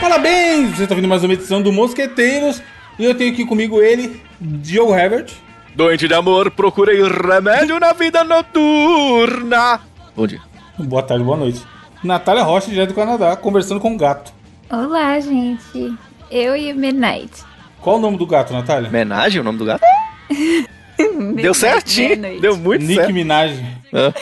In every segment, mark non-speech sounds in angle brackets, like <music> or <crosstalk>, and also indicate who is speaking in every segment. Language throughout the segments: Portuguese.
Speaker 1: Parabéns! Você está vindo mais uma edição do Mosqueteiros e eu tenho aqui comigo ele, Diogo Herbert.
Speaker 2: Doente de amor, procurei remédio na vida noturna. Bom dia.
Speaker 1: Boa tarde, boa noite. Natália Rocha, direto do Canadá, conversando com um gato.
Speaker 3: Olá, gente. Eu e Midnight.
Speaker 1: Qual o nome do gato, Natália?
Speaker 2: Homenagem o nome do gato? Deu certinho.
Speaker 3: meia-noite.
Speaker 2: Deu muito
Speaker 1: Nick
Speaker 2: certo.
Speaker 1: Minaj.
Speaker 2: Hã?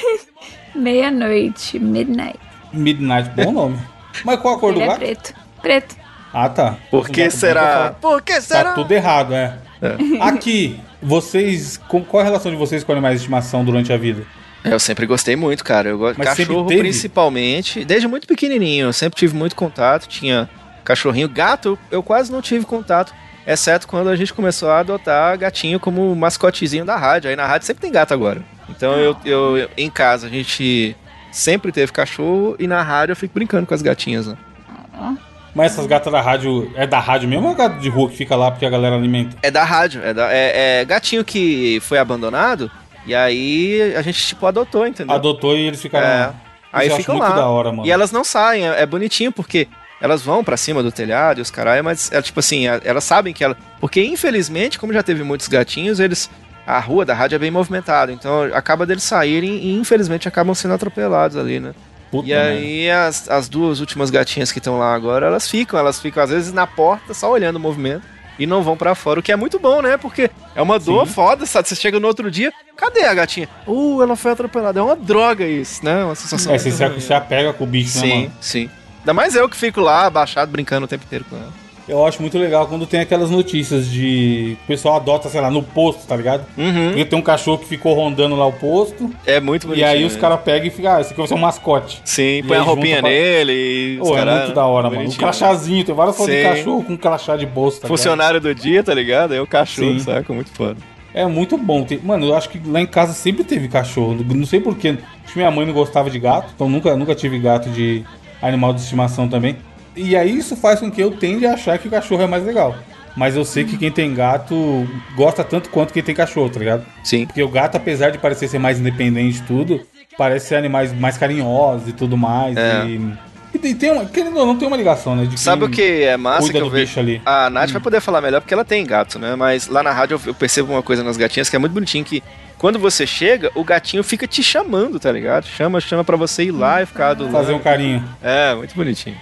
Speaker 3: Meia-noite, Midnight.
Speaker 1: Midnight, bom nome. Mas qual a cor
Speaker 3: Ele
Speaker 1: do
Speaker 3: é
Speaker 1: gato?
Speaker 3: preto. Preto.
Speaker 1: Ah, tá.
Speaker 2: Por
Speaker 1: Um
Speaker 2: que
Speaker 1: gato
Speaker 2: será?
Speaker 1: branco,
Speaker 2: Por que
Speaker 1: Tá tudo errado, é.
Speaker 3: <laughs>
Speaker 1: Aqui, vocês. com- Qual a relação de vocês com animais de estimação durante a vida?
Speaker 4: É, Eu sempre gostei muito, cara. Eu gosto
Speaker 1: Mas
Speaker 4: cachorro
Speaker 1: sempre teve?
Speaker 4: principalmente, desde muito pequenininho, eu sempre tive muito contato, tinha cachorrinho, gato, eu quase não tive contato, exceto quando a gente começou a adotar gatinho como mascotezinho da rádio. Aí na rádio sempre tem gato agora. Então eu, eu eu- em casa a gente sempre teve cachorro e na rádio eu fico brincando com as gatinhas, né?
Speaker 1: Mas essas gatas da rádio. É da rádio mesmo ou é gato de rua que fica lá porque a galera alimenta?
Speaker 4: É da rádio, é, da- é- é gatinho que foi abandonado e aí a gente tipo adotou, entendeu?
Speaker 1: Adotou e eles ficaram.
Speaker 4: É.
Speaker 1: lá.
Speaker 4: Aí
Speaker 1: Isso eu
Speaker 4: ficam
Speaker 1: acho muito
Speaker 4: lá.
Speaker 1: da hora, mano.
Speaker 4: E elas não saem, é, é bonitinho porque elas vão pra cima do telhado e os caralho, mas é tipo assim, a- elas sabem que ela. Porque infelizmente, como já teve muitos gatinhos, eles. A rua da rádio é bem movimentada, então acaba deles saírem e infelizmente acabam sendo atropelados ali, né?
Speaker 1: Puta
Speaker 4: e
Speaker 1: merda.
Speaker 4: aí as, as duas últimas gatinhas que estão lá agora, elas ficam, elas ficam às vezes na porta só olhando o movimento e não vão pra fora, o que é muito bom, né? Porque é uma dor foda, sabe? Você chega no outro dia, cadê a gatinha? Uh, ela foi atropelada, é uma droga isso, né? Uma sensação
Speaker 1: É, você,
Speaker 4: muito
Speaker 1: se-
Speaker 4: ruim.
Speaker 1: você apega com o bicho, né,
Speaker 4: Sim,
Speaker 1: mano?
Speaker 4: sim. Ainda mais eu que fico lá abaixado brincando o tempo inteiro com ela.
Speaker 1: Eu acho muito legal quando tem aquelas notícias de. O pessoal adota, sei lá, no posto, tá ligado?
Speaker 4: Hum?
Speaker 1: Porque tem um cachorro que ficou rondando lá o posto.
Speaker 4: É muito
Speaker 1: e
Speaker 4: bonitinho.
Speaker 1: aí os
Speaker 4: né?
Speaker 1: caras pegam e ficam, ah, esse aqui vai ser um mascote.
Speaker 4: Sim,
Speaker 1: E
Speaker 4: põe a
Speaker 1: aí
Speaker 4: roupinha
Speaker 1: junta pra-
Speaker 4: nele e. os
Speaker 1: Pô, é
Speaker 4: cara-
Speaker 1: muito da hora, mano. Um
Speaker 4: bonitinho. né?
Speaker 1: crachazinho, tem várias fotos de
Speaker 4: Sim.
Speaker 1: cachorro com crachá de bolsa. Tá ligado?
Speaker 4: Funcionário do dia, tá ligado? É o cachorro,
Speaker 1: Sim.
Speaker 4: saca? Muito foda.
Speaker 1: É muito bom. Tem- Mano, eu acho que lá em casa sempre teve cachorro. Não sei porquê. Acho que minha mãe não gostava de gato, então nunca, nunca tive gato de animal de estimação também. E aí isso faz com que eu tende a achar que o cachorro é mais legal. Mas eu sei que quem tem gato gosta tanto quanto quem tem cachorro, tá ligado?
Speaker 4: Sim.
Speaker 1: Porque o gato, apesar de parecer ser mais independente e tudo, parece ser animais mais carinhosos e tudo mais.
Speaker 4: É.
Speaker 1: E, e tem, tem uma, querendo ou não, tem uma ligação, né? de
Speaker 4: Sabe o
Speaker 1: quem
Speaker 4: que é massa que
Speaker 1: Cuida
Speaker 4: eu
Speaker 1: do
Speaker 4: vejo?
Speaker 1: bicho Hum. ali.
Speaker 4: A Nath vai poder falar melhor porque ela tem gato, né? Mas lá na rádio eu- eu percebo uma coisa nas gatinhas que é muito bonitinho que quando você chega, o gatinho fica te chamando, tá ligado? Chama, chama pra você ir lá e ficar do
Speaker 1: Fazer um
Speaker 4: lado.
Speaker 1: carinho.
Speaker 4: É, muito bonitinho.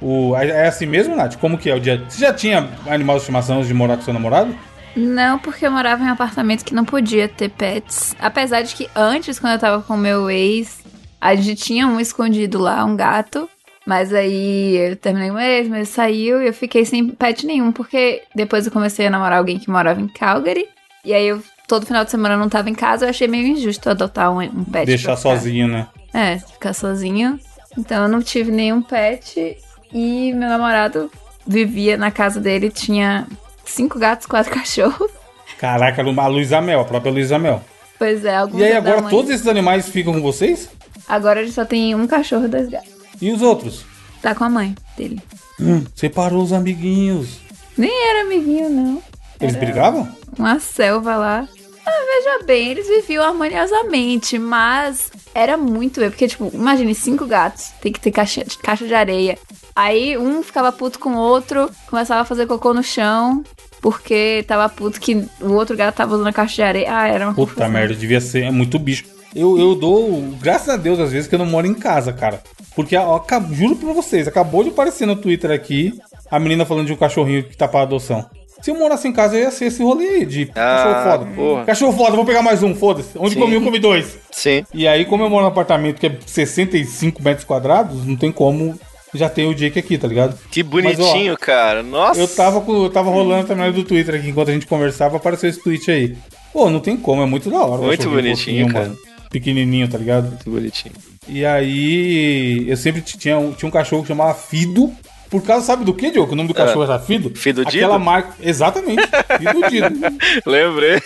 Speaker 1: O, é é assim mesmo, Nath? Como que é o dia? Você já tinha animal de estimação antes de morar com seu namorado?
Speaker 3: Não, porque eu morava em um apartamento que não podia ter pets. Apesar de que antes, quando eu tava com meu ex, a gente tinha um escondido lá, um gato. Mas aí eu terminei com ele, mas saiu e eu fiquei sem pet nenhum, porque depois eu comecei a namorar alguém que morava em Calgary. E aí eu todo final de semana eu não tava em casa, eu achei meio injusto adotar um, um pet. pra
Speaker 1: Deixar
Speaker 3: ficar.
Speaker 1: sozinho, né?
Speaker 3: É, ficar sozinho. Então eu não tive nenhum pet e meu namorado vivia na casa dele, tinha cinco gatos, quatro <laughs> cachorros.
Speaker 1: Caraca, a Luísa Mel, a própria Luísa Mel.
Speaker 3: Pois é, alguns
Speaker 1: E aí
Speaker 3: é da
Speaker 1: agora
Speaker 3: mãe.
Speaker 1: todos esses animais ficam com vocês?
Speaker 3: Agora ele só tem um cachorro e dois gatos.
Speaker 1: E os outros?
Speaker 3: Tá com a mãe dele.
Speaker 1: Hum, separou os amiguinhos.
Speaker 3: Nem era amiguinho, não.
Speaker 1: Eles brigavam?
Speaker 3: Uma selva lá. Ah, veja bem, eles viviam harmoniosamente, mas era muito. Porque, tipo, imagine cinco gatos, tem que ter caixa, caixa de areia. Aí um ficava puto com o outro, começava a fazer cocô no chão, porque tava puto que o outro gato tava usando a caixa de areia. Ah, era uma
Speaker 1: Puta
Speaker 3: confusão.
Speaker 1: merda, devia ser é muito bicho. Eu, eu dou, graças a Deus, às vezes que eu não moro em casa, cara. Porque, ó, acab- juro pra vocês, acabou de aparecer no Twitter aqui a menina falando de um cachorrinho que tá pra adoção. Se eu morasse em casa, eu ia ser esse rolê aí de
Speaker 4: Ah,
Speaker 1: cachorro foda.
Speaker 4: porra.
Speaker 1: Cachorro foda, vou pegar mais um, foda-se. Onde
Speaker 4: Sim.
Speaker 1: comi um, comi dois.
Speaker 4: Sim.
Speaker 1: E aí, como eu moro num apartamento que é 65 metros quadrados, não tem como já ter o Jake aqui, tá ligado?
Speaker 4: Que bonitinho, cara. Nossa.
Speaker 1: Eu tava, com, eu tava rolando a terminal do Twitter aqui enquanto a gente conversava, apareceu esse tweet aí. Pô, não tem como, é muito da hora. o
Speaker 4: Muito
Speaker 1: cachorrinho
Speaker 4: bonitinho,
Speaker 1: fofinho, Pequenininho, tá ligado?
Speaker 4: Muito bonitinho.
Speaker 1: E aí, eu sempre t- tinha, um- tinha um cachorro que chamava Fido. Por causa, sabe do que, Diogo? O nome do cachorro era Fido?
Speaker 4: Ah, Fido Dido?
Speaker 1: Aquela marca. Exatamente, Fido Dido.
Speaker 4: <laughs> <laughs> Lembrei.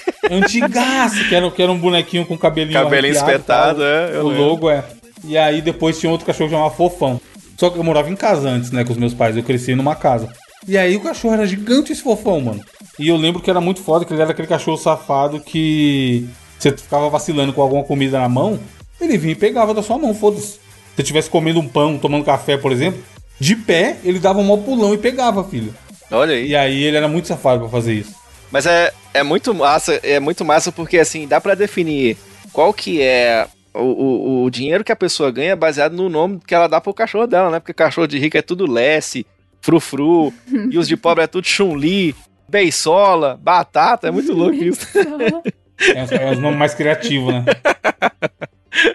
Speaker 1: Antigaço, que era, que era um bonequinho com cabelinho
Speaker 4: Cabelinho
Speaker 1: arrepiado e
Speaker 4: espetado,
Speaker 1: tal.
Speaker 4: é, eu
Speaker 1: O
Speaker 4: lembro.
Speaker 1: logo é. E aí depois tinha outro cachorro que chamava Fofão. Só que eu morava em casa antes, né, com os meus pais. Eu cresci numa casa. E aí o cachorro era gigante esse Fofão, mano. E eu lembro que era muito foda, que ele era aquele cachorro safado que você ficava vacilando com alguma comida na mão, ele vinha e pegava da sua mão, foda-se. Se você tivesse comendo um pão, tomando café, por exemplo, de pé, ele dava um mó pulão e pegava, filho.
Speaker 4: Olha aí.
Speaker 1: E aí ele era muito safado pra fazer isso.
Speaker 4: Mas é, é muito massa, é muito massa porque assim, dá pra definir qual que é o, o, o dinheiro que a pessoa ganha baseado no nome que ela dá pro cachorro dela, né? Porque cachorro de rico é tudo Lesse, Frufru, e os de pobre é tudo Chun-Li, Beisola, Batata, é muito louco isso.
Speaker 1: É os, é os nomes mais criativos, né?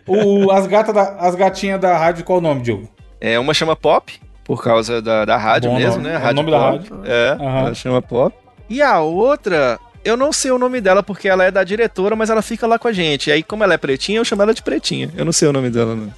Speaker 1: O, as, gata da- as gatinhas da rádio, qual o nome, Diogo?
Speaker 4: É, uma chama Pop, por causa da, da rádio
Speaker 1: Bom
Speaker 4: mesmo,
Speaker 1: nome.
Speaker 4: né?
Speaker 1: É o
Speaker 4: Rádio
Speaker 1: nome da
Speaker 4: Pop.
Speaker 1: rádio.
Speaker 4: É,
Speaker 1: Aham.
Speaker 4: ela chama Pop. E a outra, eu não sei o nome dela porque ela é da diretora, mas ela fica lá com a gente. E aí, como ela é pretinha, eu chamo ela de pretinha. Eu não sei o nome dela, não.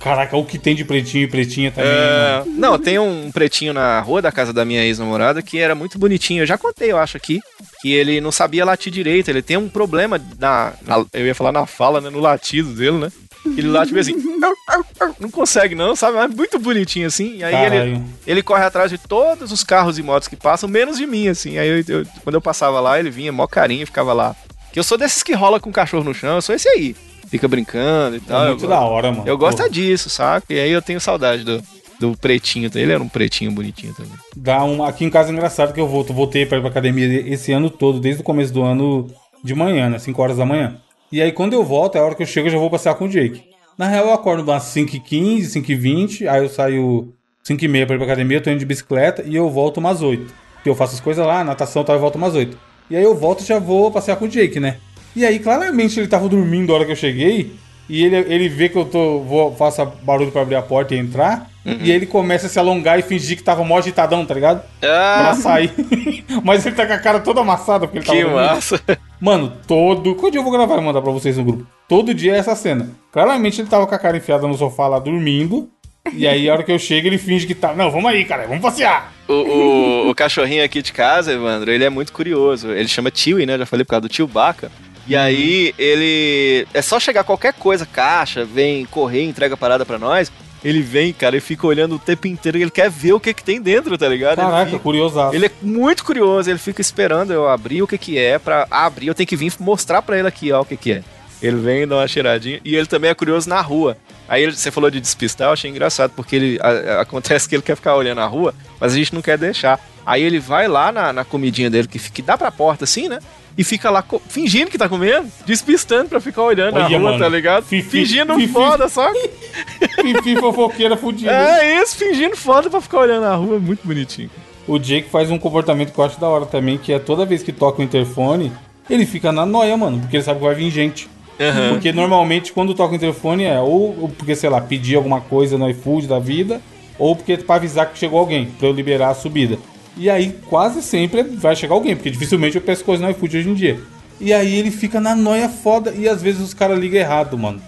Speaker 1: Caraca, o que tem de pretinho e pretinha também. né?
Speaker 4: É, Não, tem um pretinho na rua da casa da minha ex-namorada que era muito bonitinho. Eu já contei, eu acho, aqui, que ele não sabia latir direito. Ele tem um problema na. na- eu ia falar na fala, né? No latido dele, né? Ele late meio assim. <laughs> "Au, au, au", Não consegue, não, sabe? Mas muito bonitinho assim. E aí ele,
Speaker 1: Caralho.
Speaker 4: ele corre atrás de todos os carros e motos que passam, menos de mim, assim. Aí eu- eu- quando eu passava lá, ele vinha, mó carinho, ficava lá. Que eu sou desses que rola com o cachorro no chão, eu sou esse aí. Fica brincando e tal.
Speaker 1: é muito
Speaker 4: Ah, eu,
Speaker 1: da hora, mano.
Speaker 4: eu gosto
Speaker 1: Pô,
Speaker 4: é disso, saca? E aí eu tenho saudade do, do pretinho. Ele era um pretinho bonitinho também.
Speaker 1: Dá um... Aqui em casa é engraçado que eu volto. Voltei pra ir pra academia esse ano todo, desde o começo do ano de manhã, né? 5 horas da manhã. E aí quando eu volto, é a hora que eu chego, eu já vou passear com o Jake. Na real, eu acordo umas 5h15, 5h20, aí eu saio 5h30 pra ir pra academia, eu tô indo de bicicleta e eu volto umas 8. Porque eu faço as coisas lá, natação e tal, eu volto umas 8. E aí eu volto e já vou passear com o Jake, né? E aí, claramente, ele tava dormindo a hora que eu cheguei. E ele, ele vê que eu tô, vou, faço barulho pra abrir a porta e entrar. E ele começa a se alongar e fingir que tava mó agitadão, tá ligado? Pra sair. <laughs> Mas ele tá com a cara toda amassada porque ele tava
Speaker 4: Ah. que
Speaker 1: dormindo.
Speaker 4: massa.
Speaker 1: Mano, todo. Qual dia eu vou gravar e mandar pra vocês no grupo? Todo dia é essa cena. Claramente ele tava com a cara enfiada no sofá lá dormindo. E aí, a hora que eu chego, ele finge que tá. Não, vamos aí, cara, vamos passear.
Speaker 4: O, o- o cachorrinho aqui de casa, Evandro, ele é muito curioso. Ele chama Tiwi, né? Eu Já falei por causa do tio Baca. E aí ele. É só chegar qualquer coisa, caixa, vem correr, entrega a parada pra nós. Ele vem, cara, e fica olhando o tempo inteiro. Ele quer ver o que, que tem dentro, tá ligado? Ele
Speaker 1: Caraca,
Speaker 4: fica-
Speaker 1: curiosaço.
Speaker 4: Ele é muito curioso, ele fica esperando eu abrir o que que é, pra abrir eu tenho que vir mostrar pra ele aqui, ó, o que que é. Ele vem, dá uma cheiradinha, e ele também é curioso na rua. Aí ele- você falou de despistar, eu achei engraçado, porque ele a- a- acontece que ele quer ficar olhando a rua, mas a gente não quer deixar. Aí ele vai lá na, na comidinha dele, que, fica- que dá pra porta assim, né? E fica lá co- fingindo que tá comendo, despistando pra ficar olhando na
Speaker 1: Olha,
Speaker 4: rua,
Speaker 1: mano.
Speaker 4: tá ligado?
Speaker 1: Fifi-
Speaker 4: fingindo
Speaker 1: Fifi-
Speaker 4: foda,
Speaker 1: <laughs>
Speaker 4: só. que-
Speaker 1: Fifi fofoqueira fudida.
Speaker 4: É isso, fingindo foda pra ficar olhando na rua, é muito bonitinho.
Speaker 1: O Jake faz um comportamento que eu acho da hora também, que é toda vez que toca o interfone, ele fica na noia, mano, porque ele sabe que vai vir gente. Porque normalmente quando toca o interfone é ou ou porque, sei lá, pedir alguma coisa no iFood da vida, ou porque é pra avisar que chegou alguém, pra eu liberar a subida. E aí quase sempre vai chegar alguém, porque dificilmente eu peço coisa no iFood hoje em dia. E aí ele fica na noia foda e às vezes os caras ligam errado, mano.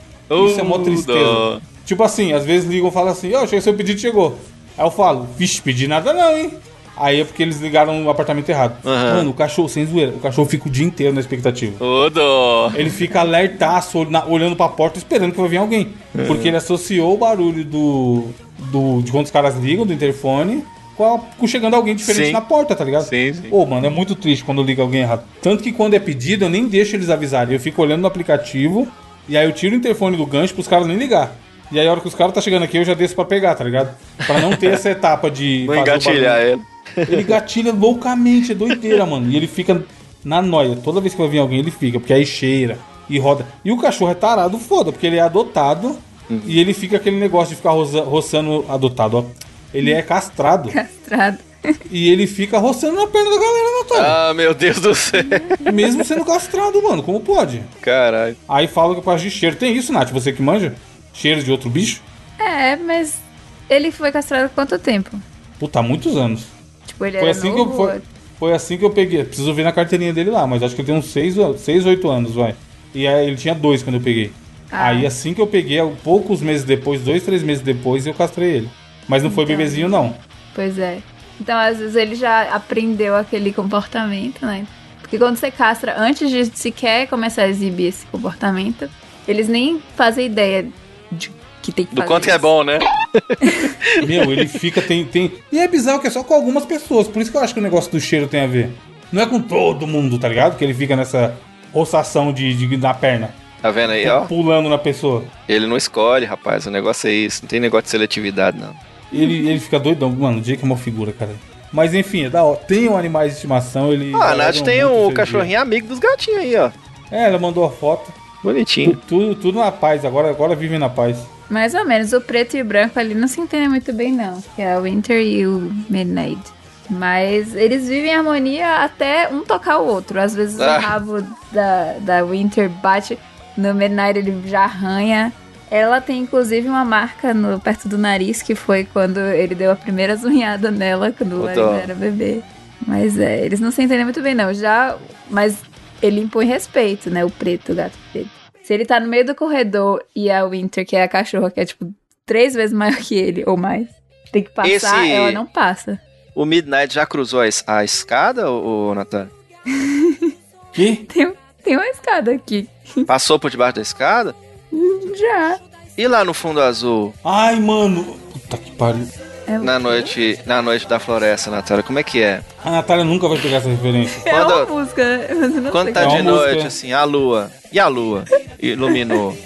Speaker 1: Isso é mó
Speaker 4: Oh,
Speaker 1: tristeza.
Speaker 4: dó.
Speaker 1: Tipo assim, às vezes ligam e falam assim, ó, chega seu pedido chegou. Aí eu falo, vixe, pedi nada não, hein? Aí é porque eles ligaram o apartamento errado.
Speaker 4: Aham.
Speaker 1: Mano, o cachorro, sem zoeira, o cachorro fica o dia inteiro na expectativa.
Speaker 4: Ô, dó.
Speaker 1: Ele fica alertaço, olh- na- olhando pra porta, esperando que vai vir alguém.
Speaker 4: É.
Speaker 1: Porque ele associou o barulho do, do. de quando os caras ligam, do interfone, com, a- com chegando alguém diferente
Speaker 4: Sim.
Speaker 1: na porta, tá ligado?
Speaker 4: Sim, sim.
Speaker 1: Ô, mano, é muito triste quando liga alguém errado. Tanto que quando é pedido, eu nem deixo eles avisarem. Eu fico olhando no aplicativo, e aí eu tiro o interfone do gancho pros caras nem ligar. E aí a hora que os caras tá chegando aqui, eu já desço pra pegar, tá ligado? Pra não
Speaker 4: <laughs>
Speaker 1: ter essa etapa de.
Speaker 4: Vou
Speaker 1: fazer o um barulho.
Speaker 4: engatilhar ele.
Speaker 1: Ele gatilha loucamente, é doideira, mano. E ele fica na noia. Toda vez que vai vir alguém, ele fica, porque aí cheira e roda. E o cachorro é tarado, foda, porque ele é adotado e ele fica aquele negócio de ficar roza- roçando. Adotado, ó. Ele é castrado
Speaker 3: <laughs> Castrado.
Speaker 1: e ele fica roçando na perna da galera, Natália.
Speaker 4: Ah, meu Deus do céu.
Speaker 1: Mesmo sendo castrado, mano, como pode?
Speaker 4: Caralho.
Speaker 1: Aí fala que é por causa de cheiro. Tem isso, Nath, você que manja? Cheiro de outro bicho?
Speaker 3: É, mas ele foi castrado há quanto tempo?
Speaker 1: Puta, há muitos anos.
Speaker 3: Tipo, ele
Speaker 1: Foi
Speaker 3: era
Speaker 1: assim, que eu,
Speaker 3: novo?
Speaker 1: foi, foi assim que eu peguei. Preciso ver na carteirinha dele lá, mas acho que ele tem uns 6, seis 8 anos, vai. E aí ele tinha dois quando eu peguei.
Speaker 3: Ah.
Speaker 1: Aí assim que eu peguei, poucos meses depois, dois, três meses depois, eu castrei ele. Mas não foi bebezinho, não.
Speaker 3: Pois é. Então, às vezes, ele já aprendeu aquele comportamento, né? Porque quando você castra, antes de sequer começar a exibir esse comportamento, eles nem fazem ideia de que tem que
Speaker 4: Do
Speaker 3: fazer
Speaker 4: quanto que é
Speaker 3: isso.
Speaker 4: bom, né?
Speaker 1: Meu, ele fica, tem, tem. E é bizarro que é só com algumas pessoas. Por isso que eu acho que o negócio do cheiro tem a ver. Não é com todo mundo, tá ligado? Que ele fica nessa roçação de, de, na perna,
Speaker 4: Tá vendo aí, ó?
Speaker 1: pulando na pessoa.
Speaker 4: Ele não escolhe, rapaz. O negócio é isso. Não tem negócio de seletividade, não.
Speaker 1: Ele, ele fica doidão. Mano, o Jake é uma figura, cara. Mas enfim, é da hora. Tem um animais de estimação, ele.
Speaker 5: Ah, a Nath
Speaker 1: valorizam
Speaker 5: tem
Speaker 1: muito
Speaker 5: um
Speaker 1: seu
Speaker 5: cachorrinho amigo dos gatinhos aí, ó.
Speaker 1: dia. É, ela mandou a foto.
Speaker 5: Bonitinho.
Speaker 1: Tudo, tudo na paz, agora, agora vivem na paz.
Speaker 3: Mais ou menos, o preto e o branco ali não se entendem muito bem, não. Que é o Winter e o Midnight. Mas eles vivem em harmonia até um tocar o outro. Às vezes
Speaker 5: Ah.
Speaker 3: o rabo da, da Winter bate no Midnight, ele já arranha. Ela tem inclusive uma marca no, perto do nariz, que foi quando ele deu a primeira zunhada nela, quando
Speaker 5: Ô,
Speaker 3: ela
Speaker 5: dó.
Speaker 3: ainda era bebê. Mas é, eles não se entendem muito bem, não. Já. Mas ele impõe respeito, né? O preto, o gato preto. Se ele tá no meio do corredor e a Winter, que é a cachorra, que é tipo três vezes maior que ele, ou mais, tem que passar,
Speaker 5: Esse-
Speaker 3: ela não passa.
Speaker 5: O Midnight já cruzou a, es- a escada, ô, ô Natan?
Speaker 1: Que?
Speaker 3: Tem uma escada aqui.
Speaker 5: Passou por debaixo da escada?
Speaker 3: Já.
Speaker 5: E lá no fundo azul,
Speaker 1: Ai, mano. Puta que pariu.
Speaker 3: É
Speaker 5: na noite, na noite da floresta, Natália, como é que é?
Speaker 1: A Natália nunca vai pegar essa referência.
Speaker 3: É uma
Speaker 5: Quando-
Speaker 3: música, né? Mas eu não
Speaker 5: Quando
Speaker 3: sei
Speaker 5: tá
Speaker 3: qual
Speaker 1: qual
Speaker 5: de
Speaker 1: é a
Speaker 5: noite,
Speaker 1: música.
Speaker 5: assim, a lua. E a lua? Iluminou.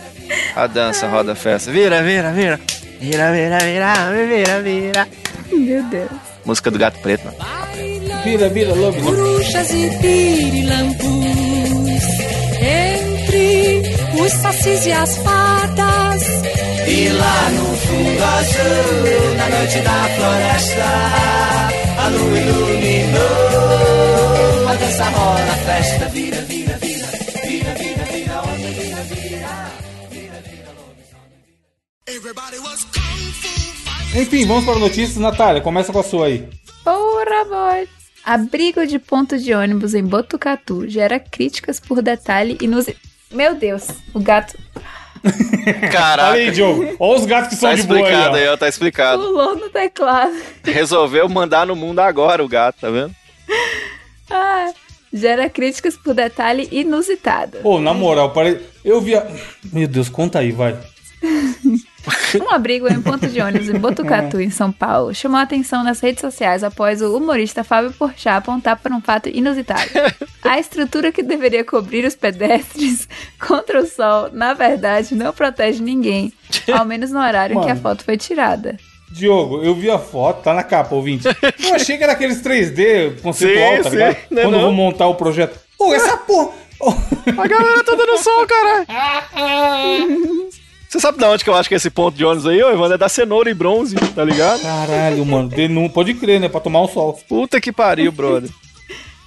Speaker 5: A dança, roda, a festa. Vira, vira, vira. Vira, vira, vira, vira, vira.
Speaker 3: é. Meu Deus.
Speaker 5: Música do gato preto, mano.
Speaker 1: Vira, vira, love.
Speaker 6: bruxas e pirilampus, entre os sacis e as fadas. E lá no fundo azul, na noite da floresta, a lua iluminou. A dança rola, a festa vira, vira, vira, vira, vira, vira, onda, vira, vira.
Speaker 1: Enfim, vamos para notícias. Natália, começa com a sua aí.
Speaker 3: Porra, boy. Abrigo de ponto de ônibus em Botucatu gera críticas por detalhe e nos. Meu Deus, o gato
Speaker 1: Fala aí,
Speaker 5: Caraca.
Speaker 1: Diogo. Olha os gatos que são
Speaker 5: Tá
Speaker 1: de boa
Speaker 5: explicado
Speaker 1: aí.
Speaker 5: aí, ó, tá explicado.
Speaker 3: pulou no teclado.
Speaker 5: Resolveu mandar no mundo agora o gato, tá vendo?
Speaker 3: Ah, gera críticas por detalhe inusitado.
Speaker 1: ó. Ô, na moral, pare... eu via. Meu Deus, conta aí, vai.
Speaker 3: Um abrigo em um ponto de ônibus em Botucatu, em São Paulo, chamou a atenção nas redes sociais após o humorista Fábio Porchat apontar para um fato inusitado. A estrutura que deveria cobrir os pedestres <laughs> contra o sol, na verdade, não protege ninguém, ao menos no horário em que a
Speaker 1: Mano.
Speaker 3: foto foi tirada.
Speaker 1: Diogo, eu vi a foto, tá na capa, ouvinte. Eu achei que era aqueles 3D conceitual,
Speaker 5: Sim,
Speaker 1: tá
Speaker 5: sim,
Speaker 1: ligado? Quando
Speaker 5: né,
Speaker 1: eu
Speaker 5: não?
Speaker 1: vou montar o projeto. Ô, essa porra. Ô,
Speaker 5: A galera toda no sol, cara. Você sabe de onde que eu acho que é esse ponto de ônibus aí, ô, Evandro? É da cenoura e bronze, tá ligado?
Speaker 1: Caralho, mano. Denun... Pode crer, né? Pra tomar o sol.
Speaker 5: Puta que pariu, brother.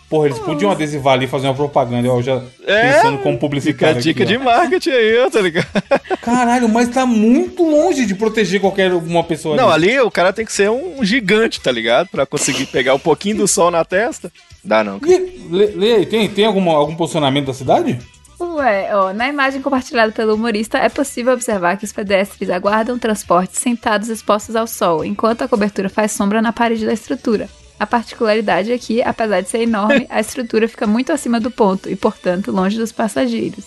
Speaker 1: Porra, eles podiam adesivar ali e fazer uma propaganda. Eu já
Speaker 5: É,
Speaker 1: pensando como
Speaker 5: Fica a
Speaker 1: publicitário.
Speaker 5: dica
Speaker 1: aqui,
Speaker 5: de
Speaker 1: ó.
Speaker 5: marketing aí, ó, tá ligado? <laughs>
Speaker 1: Caralho, mas tá muito longe de proteger qualquer uma pessoa
Speaker 5: Não,
Speaker 1: ali.
Speaker 5: ali o cara tem que ser um gigante, tá ligado? Pra conseguir pegar um pouquinho do sol na testa. Dá não.
Speaker 1: Lê, lê- lê aí, tem, tem alguma- algum posicionamento da cidade?
Speaker 3: Ué, ó, na imagem compartilhada pelo humorista, é possível observar que os pedestres aguardam transporte sentados expostos ao sol, enquanto a cobertura faz sombra na parede da estrutura. A particularidade é que, apesar de ser
Speaker 1: <laughs>
Speaker 3: enorme, a estrutura fica muito acima do ponto e, portanto, longe dos passageiros.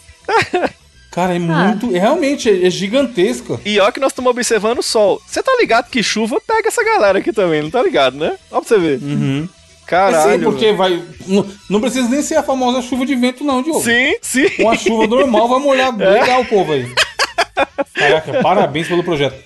Speaker 1: Cara, é muito. é Realmente, é, é gigantesca.
Speaker 5: E ó que nós estamos observando o sol. Você tá ligado que chuva pega essa galera aqui também, não tá ligado, né? Ó pra você ver.
Speaker 1: Uhum.
Speaker 5: Caralho.
Speaker 1: Sim, porque vai. Não, não precisa nem ser a famosa chuva de vento, não, Diogo.
Speaker 5: Sim, sim.
Speaker 1: Com a chuva normal vai
Speaker 5: <laughs>
Speaker 1: molhar
Speaker 5: É.
Speaker 1: legal o povo aí. Caraca, parabéns pelo projeto.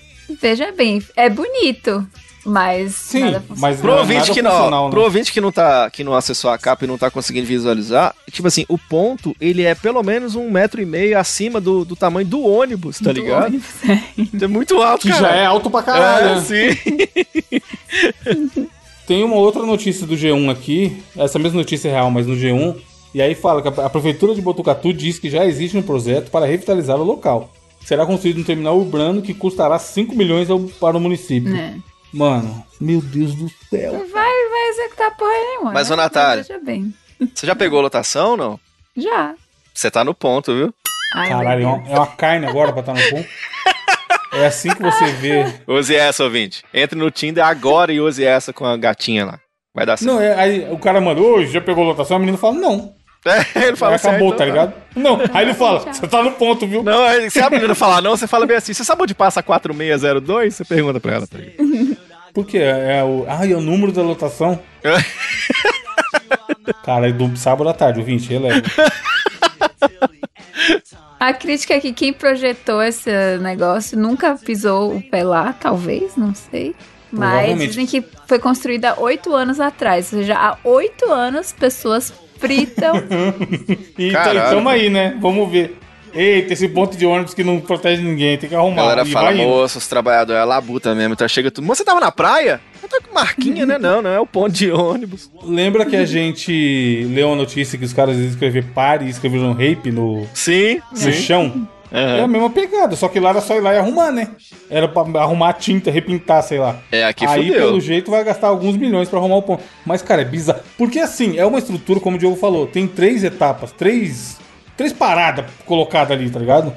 Speaker 3: Veja bem, é bonito, mas
Speaker 1: Sim,
Speaker 3: nada funciona.
Speaker 1: mas
Speaker 5: Pro
Speaker 1: não é
Speaker 5: ouvinte
Speaker 1: nada
Speaker 5: que não,
Speaker 1: funcional,
Speaker 5: ó,
Speaker 1: né?
Speaker 5: pro ouvinte que não tá, que não acessou a capa e não tá conseguindo visualizar, tipo assim, o ponto, ele é pelo menos um metro e meio acima do, do tamanho do ônibus, tá ligado? <laughs> É muito alto,
Speaker 1: Que
Speaker 5: cara.
Speaker 1: já é alto pra caralho. né?
Speaker 5: sim.
Speaker 1: Tem uma outra notícia do G1 aqui, essa mesma notícia é real, mas no G1, e aí fala que a a prefeitura de Botucatu diz que já existe um projeto para revitalizar o local. Será construído um terminal urbano que custará 5 milhões ao- para o município.
Speaker 3: É.
Speaker 1: Mano, meu Deus do céu.
Speaker 3: Não vai, vai executar porra nenhuma.
Speaker 5: Mas,
Speaker 3: né?
Speaker 5: ô, Natália.
Speaker 3: Veja bem.
Speaker 5: Você já pegou lotação, não?
Speaker 3: Já.
Speaker 5: Você tá no ponto, viu?
Speaker 3: Ai,
Speaker 1: Caralho, é
Speaker 3: meu Deus.
Speaker 1: uma, é uma carne agora pra estar no ponto. É assim que você vê.
Speaker 5: Use essa, ouvinte. Entre no Tinder agora e use essa com a gatinha lá. Vai dar certo.
Speaker 1: Não, é, aí o cara manda, hoje já pegou lotação, a menina fala, não.
Speaker 5: <laughs> ele
Speaker 1: Fala,
Speaker 5: fala assim,
Speaker 1: acabou,
Speaker 5: "Ah, então
Speaker 1: tá ligado? Não. Aí ele fala, você tá no ponto, viu?
Speaker 5: Não, aí, se a menina falar não, você fala bem assim. Você sabe onde passa 4602? Você pergunta pra ela. Tá ligado?
Speaker 1: Porque é, é o. Ai, é o número da lotação.
Speaker 5: <laughs>
Speaker 1: Cara, é do sábado à tarde, o 20,
Speaker 5: <laughs>
Speaker 1: releva. Então,
Speaker 3: A crítica é que quem projetou esse negócio nunca pisou o pé lá, talvez, não sei. Mas
Speaker 1: Provavelmente.
Speaker 3: dizem que foi construída há oito anos atrás. Ou seja, há oito anos pessoas fritam.
Speaker 1: E
Speaker 5: Caralho.
Speaker 1: tá- e tamo aí, né? Vamos ver. Eita, esse ponto de ônibus que não protege ninguém, tem que
Speaker 5: A
Speaker 1: arrumar.
Speaker 5: galera
Speaker 1: E
Speaker 5: fala,
Speaker 1: vai indo.
Speaker 5: moço, os trabalhadores é labuta mesmo. Então chega tudo. Moço, você tava na praia? Eu tô com marquinha, <laughs> né? Não, não é o ponto de ônibus.
Speaker 1: Lembra que a gente leu a notícia que os caras iam escrever pare e escreveram um rape no,
Speaker 5: Sim,
Speaker 1: no chão? É a mesma pegada, só que lá era só ir lá e arrumar, né? Era pra arrumar a tinta, repintar, sei lá.
Speaker 5: É, aqui
Speaker 1: Aí,
Speaker 5: fudeu.
Speaker 1: pelo jeito, vai gastar alguns milhões pra arrumar o ponto. Mas, cara, é bizarro. Porque, assim, é uma estrutura, como o Diogo falou, tem três etapas, três, três paradas colocadas ali, tá ligado?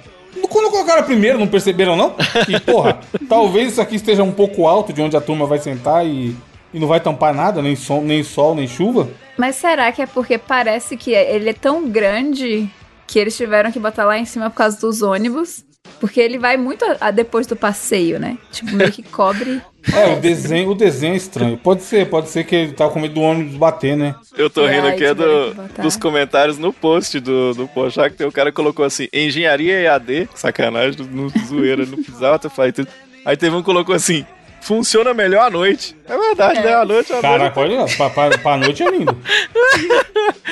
Speaker 1: Quando colocaram a primeira, não perceberam, não? E, porra, talvez isso aqui esteja um pouco alto de onde a turma vai sentar e, e não vai tampar nada, nem, som, nem sol, nem chuva.
Speaker 3: Mas será que é porque parece que ele é tão grande que eles tiveram que botar lá em cima por causa dos ônibus? Porque ele vai muito a, a depois do passeio, né? Tipo, meio que cobre.
Speaker 1: É, o desenho, o desenho é estranho. Pode ser, pode ser que ele tava com medo do ônibus bater, né?
Speaker 4: Eu tô
Speaker 3: É,
Speaker 4: rindo aqui
Speaker 3: aí
Speaker 4: é
Speaker 3: tiveram
Speaker 4: do-
Speaker 3: que botar.
Speaker 4: dos comentários no post do, do Pochá, que tem o cara que colocou assim, engenharia EAD, sacanagem, no, zoeira, no pisata, faz tudo. Aí teve um que colocou assim, funciona melhor à noite. É verdade, né? À noite, à
Speaker 1: Cara,
Speaker 4: noite.
Speaker 1: pode ir pra, pra, pra noite é lindo. Caralho,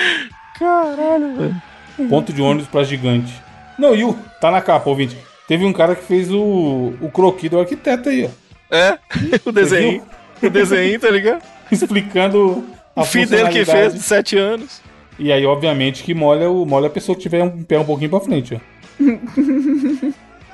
Speaker 1: velho. Ponto de ônibus pra gigante. Não, e o. Tá na capa, ouvinte. Teve um cara que fez o, o croqui do arquiteto aí, ó. <laughs>
Speaker 4: É, o desenho. O desenho, tá ligado?
Speaker 1: Explicando a
Speaker 4: O filho dele que fez,
Speaker 1: funcionalidade.
Speaker 4: de 7 anos.
Speaker 1: E aí, obviamente, que molha, o, molha a pessoa que tiver um pé um pouquinho pra
Speaker 4: <laughs>
Speaker 1: frente, ó.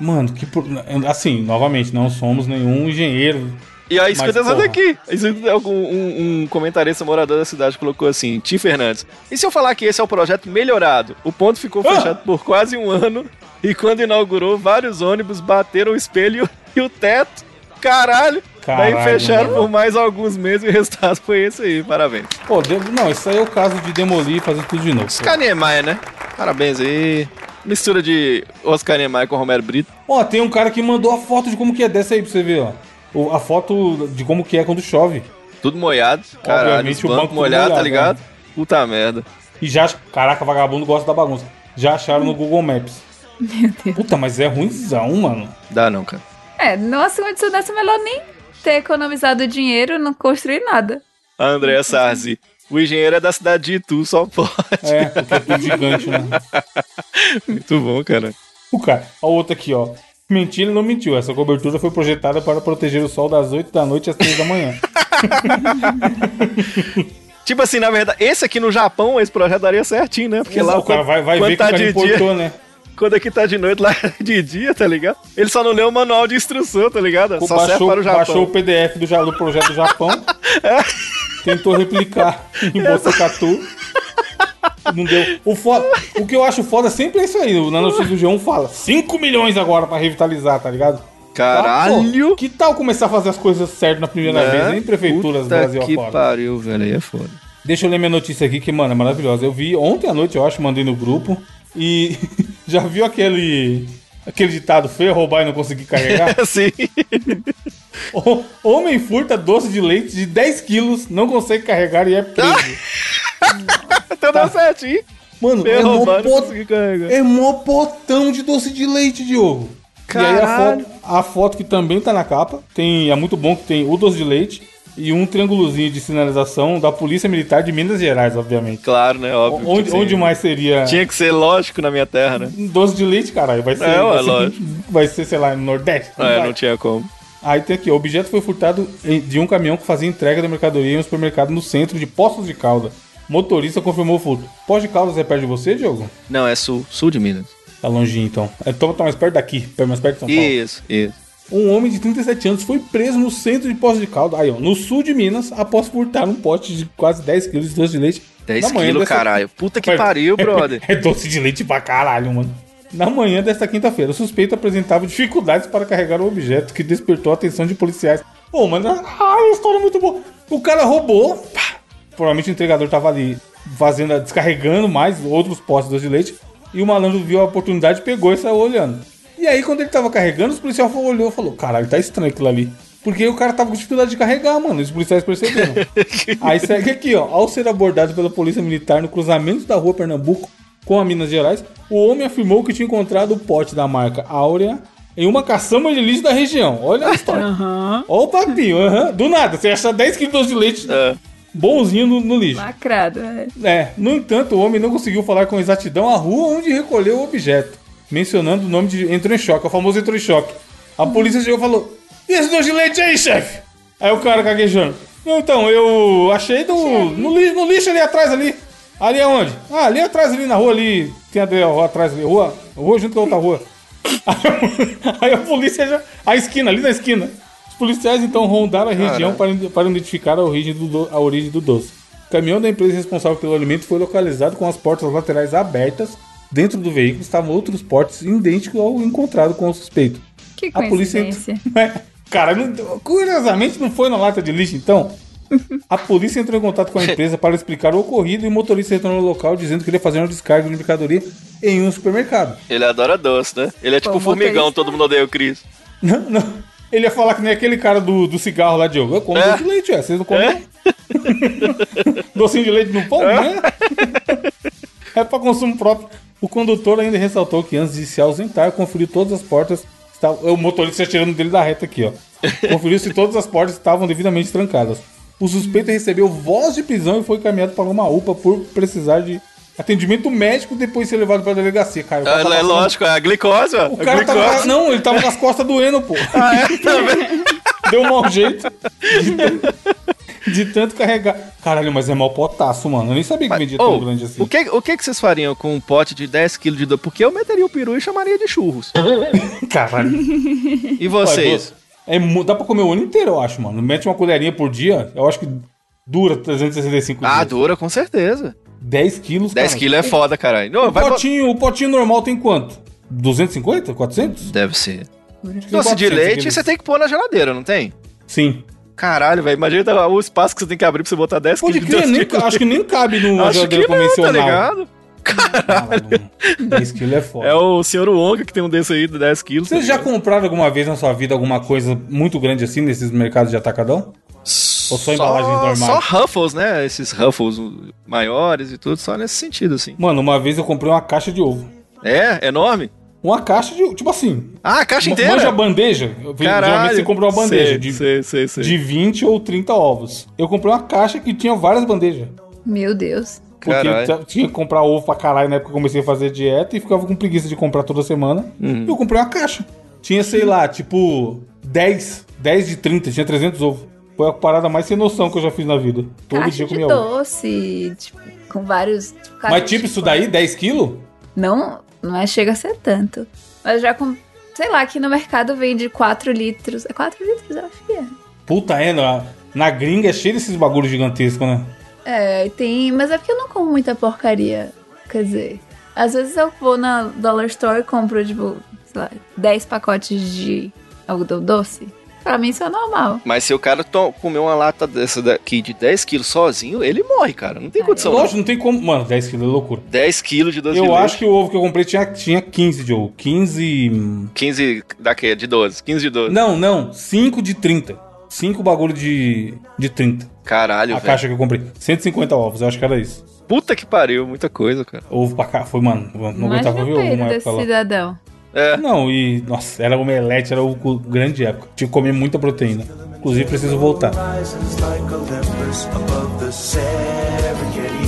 Speaker 1: Mano, que. pro- Assim, novamente, não somos nenhum engenheiro.
Speaker 4: E aí,
Speaker 1: Mas,
Speaker 4: escuta essa
Speaker 1: porra.
Speaker 4: daqui. Escuta algum- Um, um comentarista morador da cidade colocou assim: Tim Fernandes. E se eu falar que esse é o projeto melhorado? O ponto ficou
Speaker 1: Ah!
Speaker 4: fechado por quase um ano. E quando inaugurou, vários ônibus bateram o espelho e o teto. Caralho! Daí
Speaker 1: Caralho,
Speaker 4: fecharam
Speaker 1: mano.
Speaker 4: por mais alguns meses e o resultado foi esse aí. Parabéns.
Speaker 1: Pô, devo- não, isso aí é o caso de demolir e fazer tudo de novo.
Speaker 5: Oscar Niemeyer, né?
Speaker 4: Parabéns aí. Mistura de Oscar Niemeyer com Romero Brito.
Speaker 1: Ó, tem um cara que mandou a foto de como que é dessa aí pra você ver, ó. O- a foto de como que é quando chove.
Speaker 4: Tudo molhado. Caralho,
Speaker 1: Obviamente,
Speaker 4: os
Speaker 1: o banco
Speaker 4: bancos
Speaker 1: tudo
Speaker 4: molhados, tá
Speaker 1: molhado,
Speaker 4: ligado?
Speaker 1: né?
Speaker 4: Puta merda.
Speaker 1: E já. Caraca, vagabundo gosta da bagunça. Já acharam no Google Maps.
Speaker 3: Meu Deus.
Speaker 1: Puta, mas é ruimzão, mano.
Speaker 5: Dá não, cara.
Speaker 3: É, nossa condição dessa é melhor nem ter economizado dinheiro não construir nada.
Speaker 4: André Sarzi. O engenheiro é da cidade de Itu, só pode.
Speaker 1: É, porque é tudo gigante, né?
Speaker 4: Muito bom, cara.
Speaker 1: O cara, a outra aqui, ó. Mentira, ele não mentiu. Essa cobertura foi projetada para proteger o sol das 8 da noite às 3 da manhã.
Speaker 4: Tipo assim, na verdade, esse aqui no Japão, esse projeto daria certinho, né? Porque lá
Speaker 1: o cara
Speaker 4: quando-
Speaker 1: vai, vai
Speaker 4: quando
Speaker 1: ver que o
Speaker 4: tá
Speaker 1: cara
Speaker 4: de dia,
Speaker 1: importou, né?
Speaker 4: quando aqui tá de noite, lá <laughs> é de dia, tá ligado? Ele só não leu o manual de instrução, tá ligado? Só serve
Speaker 1: baixou,
Speaker 4: para o Japão.
Speaker 1: baixou o PDF do, ja- do projeto do
Speaker 5: <laughs>
Speaker 1: Japão,
Speaker 5: É.
Speaker 1: tentou replicar em Botucatu. Não deu. O, foda, o que eu acho foda sempre é isso aí. O Nanocis do G1 fala 5 milhões agora pra revitalizar, tá ligado?
Speaker 5: <laughs> Caralho!
Speaker 1: Pô, que tal começar a fazer as coisas certas na primeira
Speaker 5: Né?
Speaker 1: vez, nem prefeituras
Speaker 5: Puta
Speaker 1: Brasil
Speaker 5: que
Speaker 1: afora.
Speaker 5: pariu, velho. Aí é foda.
Speaker 1: Deixa eu ler minha notícia aqui, que, mano, é maravilhosa. Eu vi ontem à noite, eu acho, mandei no grupo. E <laughs> já viu aquele. aquele ditado feio roubar e não conseguir carregar?
Speaker 4: <laughs> Sim.
Speaker 1: Ho- Homem furta doce de leite de 10 quilos, não consegue carregar e é
Speaker 4: <laughs>
Speaker 1: preso.
Speaker 5: Tá.
Speaker 4: então
Speaker 1: tá-
Speaker 4: deu certinho.
Speaker 1: Mano,
Speaker 4: Bem
Speaker 1: é mó,
Speaker 4: roubado, não
Speaker 1: pot-
Speaker 4: consegui carregar.
Speaker 1: é mó potão de doce de leite, Diogo. E aí a
Speaker 4: Caralho.
Speaker 1: foto, a foto que também tá na capa, tem, é muito bom que tem o doce de leite e um triângulozinho de sinalização da Polícia Militar de Minas Gerais, obviamente.
Speaker 4: Claro, né? Óbvio.
Speaker 1: Onde,
Speaker 4: tipo assim,
Speaker 1: onde mais seria
Speaker 4: <laughs> Tinha que ser lógico na minha terra, né?
Speaker 1: um doce de leite, caralho? Vai ser,
Speaker 4: É, ué,
Speaker 1: vai, ser
Speaker 4: lógico.
Speaker 1: vai ser, sei lá, no Nordeste? Não
Speaker 4: É,
Speaker 1: vai.
Speaker 4: não tinha como.
Speaker 1: Aí tem aqui, o objeto foi furtado em- de um caminhão que fazia entrega da mercadoria em um supermercado no centro de Poços de Caldas. Motorista confirmou o furto. Poços de Caldas é perto de você, Diogo?
Speaker 5: Não, é sul, sul de Minas.
Speaker 1: Tá longinho, então. É, toma, tá mais perto daqui, tá mais perto de São Paulo.
Speaker 5: Isso, isso.
Speaker 1: Um homem de 37 anos foi preso no centro de Poços de Caldas, aí ó, no sul de Minas, após furtar um pote de quase 10 quilos de doce de leite.
Speaker 5: 10
Speaker 1: na manhã
Speaker 5: quilos,
Speaker 1: dessa-
Speaker 5: caralho. Puta que
Speaker 1: Olha, <laughs>
Speaker 5: pariu, brother.
Speaker 1: É doce de leite pra caralho, mano. Na manhã desta quinta-feira, o suspeito apresentava dificuldades para carregar o objeto que despertou a atenção de policiais. Pô, mano, ai, a história é muito boa. O cara roubou. pá. Provavelmente o entregador tava ali fazendo, a- descarregando mais outros postes de doce de leite. E o malandro viu a oportunidade, pegou e saiu olhando. E aí, quando ele tava carregando, os policiais fo- olhou e falou: caralho, tá estranho aquilo ali. Porque o cara tava com dificuldade de carregar, mano. e Os policiais perceberam. Aí segue aqui, ó. Ao ser abordado pela polícia militar no cruzamento da rua Pernambuco com a Minas Gerais, o homem afirmou que tinha encontrado o pote da marca Áurea em uma caçamba de lixo da região. Olha a história.
Speaker 3: Aham.
Speaker 1: Olha o papinho, aham. Do nada, você acha 10 quilos de leite né?
Speaker 4: É.
Speaker 1: bonzinho no, no lixo.
Speaker 3: Lacrado, é.
Speaker 1: É, no entanto, o homem não conseguiu falar com exatidão a rua onde recolheu o objeto, mencionando o nome de entrou em choque, o famoso entrou em choque. A polícia chegou e falou: E esse doce de leite aí, chefe? Aí o cara caguejando. "Não, Então, eu achei do, no, lixo, no lixo ali atrás ali. Ali aonde? Ah, ali atrás, ali na rua ali. Tem a rua atrás ali. Rua, rua junto com a outra rua. <laughs> Aí a polícia já. A esquina, ali na esquina. Os policiais então rondaram a região para, para identificar a origem, do, do- a origem do doce. O caminhão da empresa responsável pelo alimento foi localizado com as portas laterais abertas. Dentro do veículo estavam outros portes idênticos ao encontrado com o suspeito.
Speaker 3: Que
Speaker 1: A polícia. É,
Speaker 3: coincidência.
Speaker 1: <laughs> Cara, não- curiosamente não foi na lata de lixo, então. A polícia entrou em contato com a empresa para explicar o ocorrido e o motorista retornou ao local dizendo que iria fazer uma descarga de mercadoria em um supermercado.
Speaker 4: Ele adora doce, né? Ele é tipo
Speaker 3: Pô,
Speaker 4: formigão,
Speaker 3: motorista.
Speaker 4: todo mundo odeia o Cris.
Speaker 1: Não, não. Ele ia falar que nem aquele cara do, do cigarro lá, Diogo. Eu como
Speaker 4: É.
Speaker 1: doce de leite, ué. Vocês não comem?
Speaker 4: É.
Speaker 1: não? <laughs> Docinho de leite no pão, né? é pra consumo próprio. O condutor ainda ressaltou que antes de se ausentar, conferiu todas as portas. Estava... O motorista tirando dele da reta aqui, ó. Conferiu se todas as portas estavam devidamente trancadas. O suspeito recebeu voz de prisão e foi encaminhado para uma UPA por precisar de atendimento médico depois de ser levado para a delegacia, cara. O cara
Speaker 4: Ah,
Speaker 1: tava
Speaker 4: é
Speaker 1: falando-
Speaker 4: lógico, é a glicose, ó.
Speaker 1: O
Speaker 4: A
Speaker 1: cara tava.
Speaker 4: glicose.
Speaker 1: Não, ele tava com as costas doendo, pô. Deu um mau jeito. De tanto- De tanto carregar. Caralho, mas é mau potássio, mano. Eu nem sabia que vendia tão
Speaker 5: Ô,
Speaker 1: grande assim.
Speaker 5: Oh, o, que, o que que vocês fariam com um pote de 10kg de doce? Porque eu meteria o peru e chamaria de churros.
Speaker 1: <laughs> Caralho.
Speaker 5: E
Speaker 1: Ué,
Speaker 5: vocês?
Speaker 1: doce. É, mu- dá pra comer o ano inteiro, eu acho, mano. Mete uma colherinha por dia, eu acho que dura 365
Speaker 5: ah,
Speaker 1: dias.
Speaker 5: dura, com certeza.
Speaker 1: 10 quilos,
Speaker 5: 10
Speaker 1: cara.
Speaker 5: quilos é foda, caralho. Não,
Speaker 1: O
Speaker 5: vai
Speaker 1: potinho, o potinho normal tem quanto? 250? 400?
Speaker 5: Deve ser.
Speaker 1: Tem
Speaker 5: Doce de
Speaker 1: 400
Speaker 5: leite
Speaker 1: quilos.
Speaker 5: você tem que pôr na geladeira, não tem?
Speaker 1: Sim.
Speaker 4: Caralho, velho.
Speaker 5: tá
Speaker 4: Imagina o espaço que você tem que abrir pra você botar 10
Speaker 1: Pode
Speaker 4: quilos de
Speaker 1: crer, nem,
Speaker 4: doce.
Speaker 1: acho que nem cabe numa
Speaker 4: Acho que
Speaker 1: geladeira
Speaker 4: não, tá
Speaker 1: convencional.
Speaker 4: ligado?
Speaker 1: Caralho, mano. 10 quilos é foda.
Speaker 4: É o senhor Wonka que tem um desse aí de 10 quilos.
Speaker 1: Vocês já compraram alguma vez na sua vida alguma coisa muito grande assim nesses mercados de atacadão? Ou só embalagens normais?
Speaker 5: Só Ruffles, né? Esses Ruffles maiores e tudo, só nesse sentido, assim.
Speaker 1: Mano, uma vez eu comprei uma caixa de ovo.
Speaker 5: É, enorme?
Speaker 1: Uma caixa de. Tipo assim.
Speaker 5: Ah, a caixa
Speaker 1: ma-
Speaker 5: inteira?
Speaker 1: Manja bandeja? Eu-
Speaker 5: Caralho.
Speaker 1: Geralmente você comprou uma bandeja
Speaker 4: Sei,
Speaker 1: de,
Speaker 4: sei, sei, sei.
Speaker 1: de 20 ou 30 ovos. Eu comprei uma caixa que tinha várias bandejas.
Speaker 3: Meu Deus.
Speaker 1: Porque
Speaker 5: Caralho.
Speaker 1: eu tinha que comprar ovo pra caralho na época que eu comecei a fazer dieta e ficava com preguiça de comprar toda semana.
Speaker 5: Uhum.
Speaker 1: Eu comprei uma caixa. Tinha, sei lá, tipo 10, 10 de 30, tinha 300 ovos. Foi a parada mais sem noção que eu já fiz na vida. Todo dia
Speaker 3: Caixa
Speaker 1: eu
Speaker 3: de
Speaker 1: comia ovo.
Speaker 3: doce, tipo, com vários... tipo, caixa
Speaker 1: Mas tipo
Speaker 3: de
Speaker 1: isso daí, 10 quilos?
Speaker 3: Não, não é, chega a ser tanto. Mas já com. Sei lá, aqui no mercado vende 4 litros. É 4 litros, eu acho que é.
Speaker 1: Puta, é, na, na gringa é cheio desses bagulhos gigantescos, né?
Speaker 3: É, e tem. Mas é porque eu não como muita porcaria. Quer dizer, às vezes eu vou na Dollar Store e compro, tipo, sei lá, 10 pacotes de algodão doce. Pra mim isso é normal.
Speaker 5: Mas se o cara to- comer uma lata dessa daqui de 10 quilos sozinho, ele morre, cara. Não tem condição. não.
Speaker 1: Lógico, não tem como. Mano, 10 quilos é loucura.
Speaker 5: 10 quilos de Então. doce de
Speaker 1: Eu
Speaker 5: leite.
Speaker 1: acho que o ovo que eu comprei tinha, tinha 15 de ovo. 15. hum,
Speaker 5: 15 daquele, de 12. 15 de 12.
Speaker 1: Não, não, 5 de 30. 5 bagulho de, de 30.
Speaker 5: Caralho,
Speaker 1: a
Speaker 5: velho.
Speaker 1: caixa que eu comprei. 150 ovos, eu acho que era isso.
Speaker 5: Puta que pariu, muita coisa, cara.
Speaker 1: Ovo pra cá. Foi, mano. Não
Speaker 3: Imagina
Speaker 1: aguentava
Speaker 3: o
Speaker 1: ver ovo
Speaker 3: peito
Speaker 1: uma
Speaker 3: desse
Speaker 1: época lá.
Speaker 3: cidadão.
Speaker 5: É.
Speaker 1: Não, e. Nossa, era omelete, era o cu- grande época. Tinha que comer muita proteína. Inclusive, preciso voltar.
Speaker 7: rises like Olympus above the Serengeti.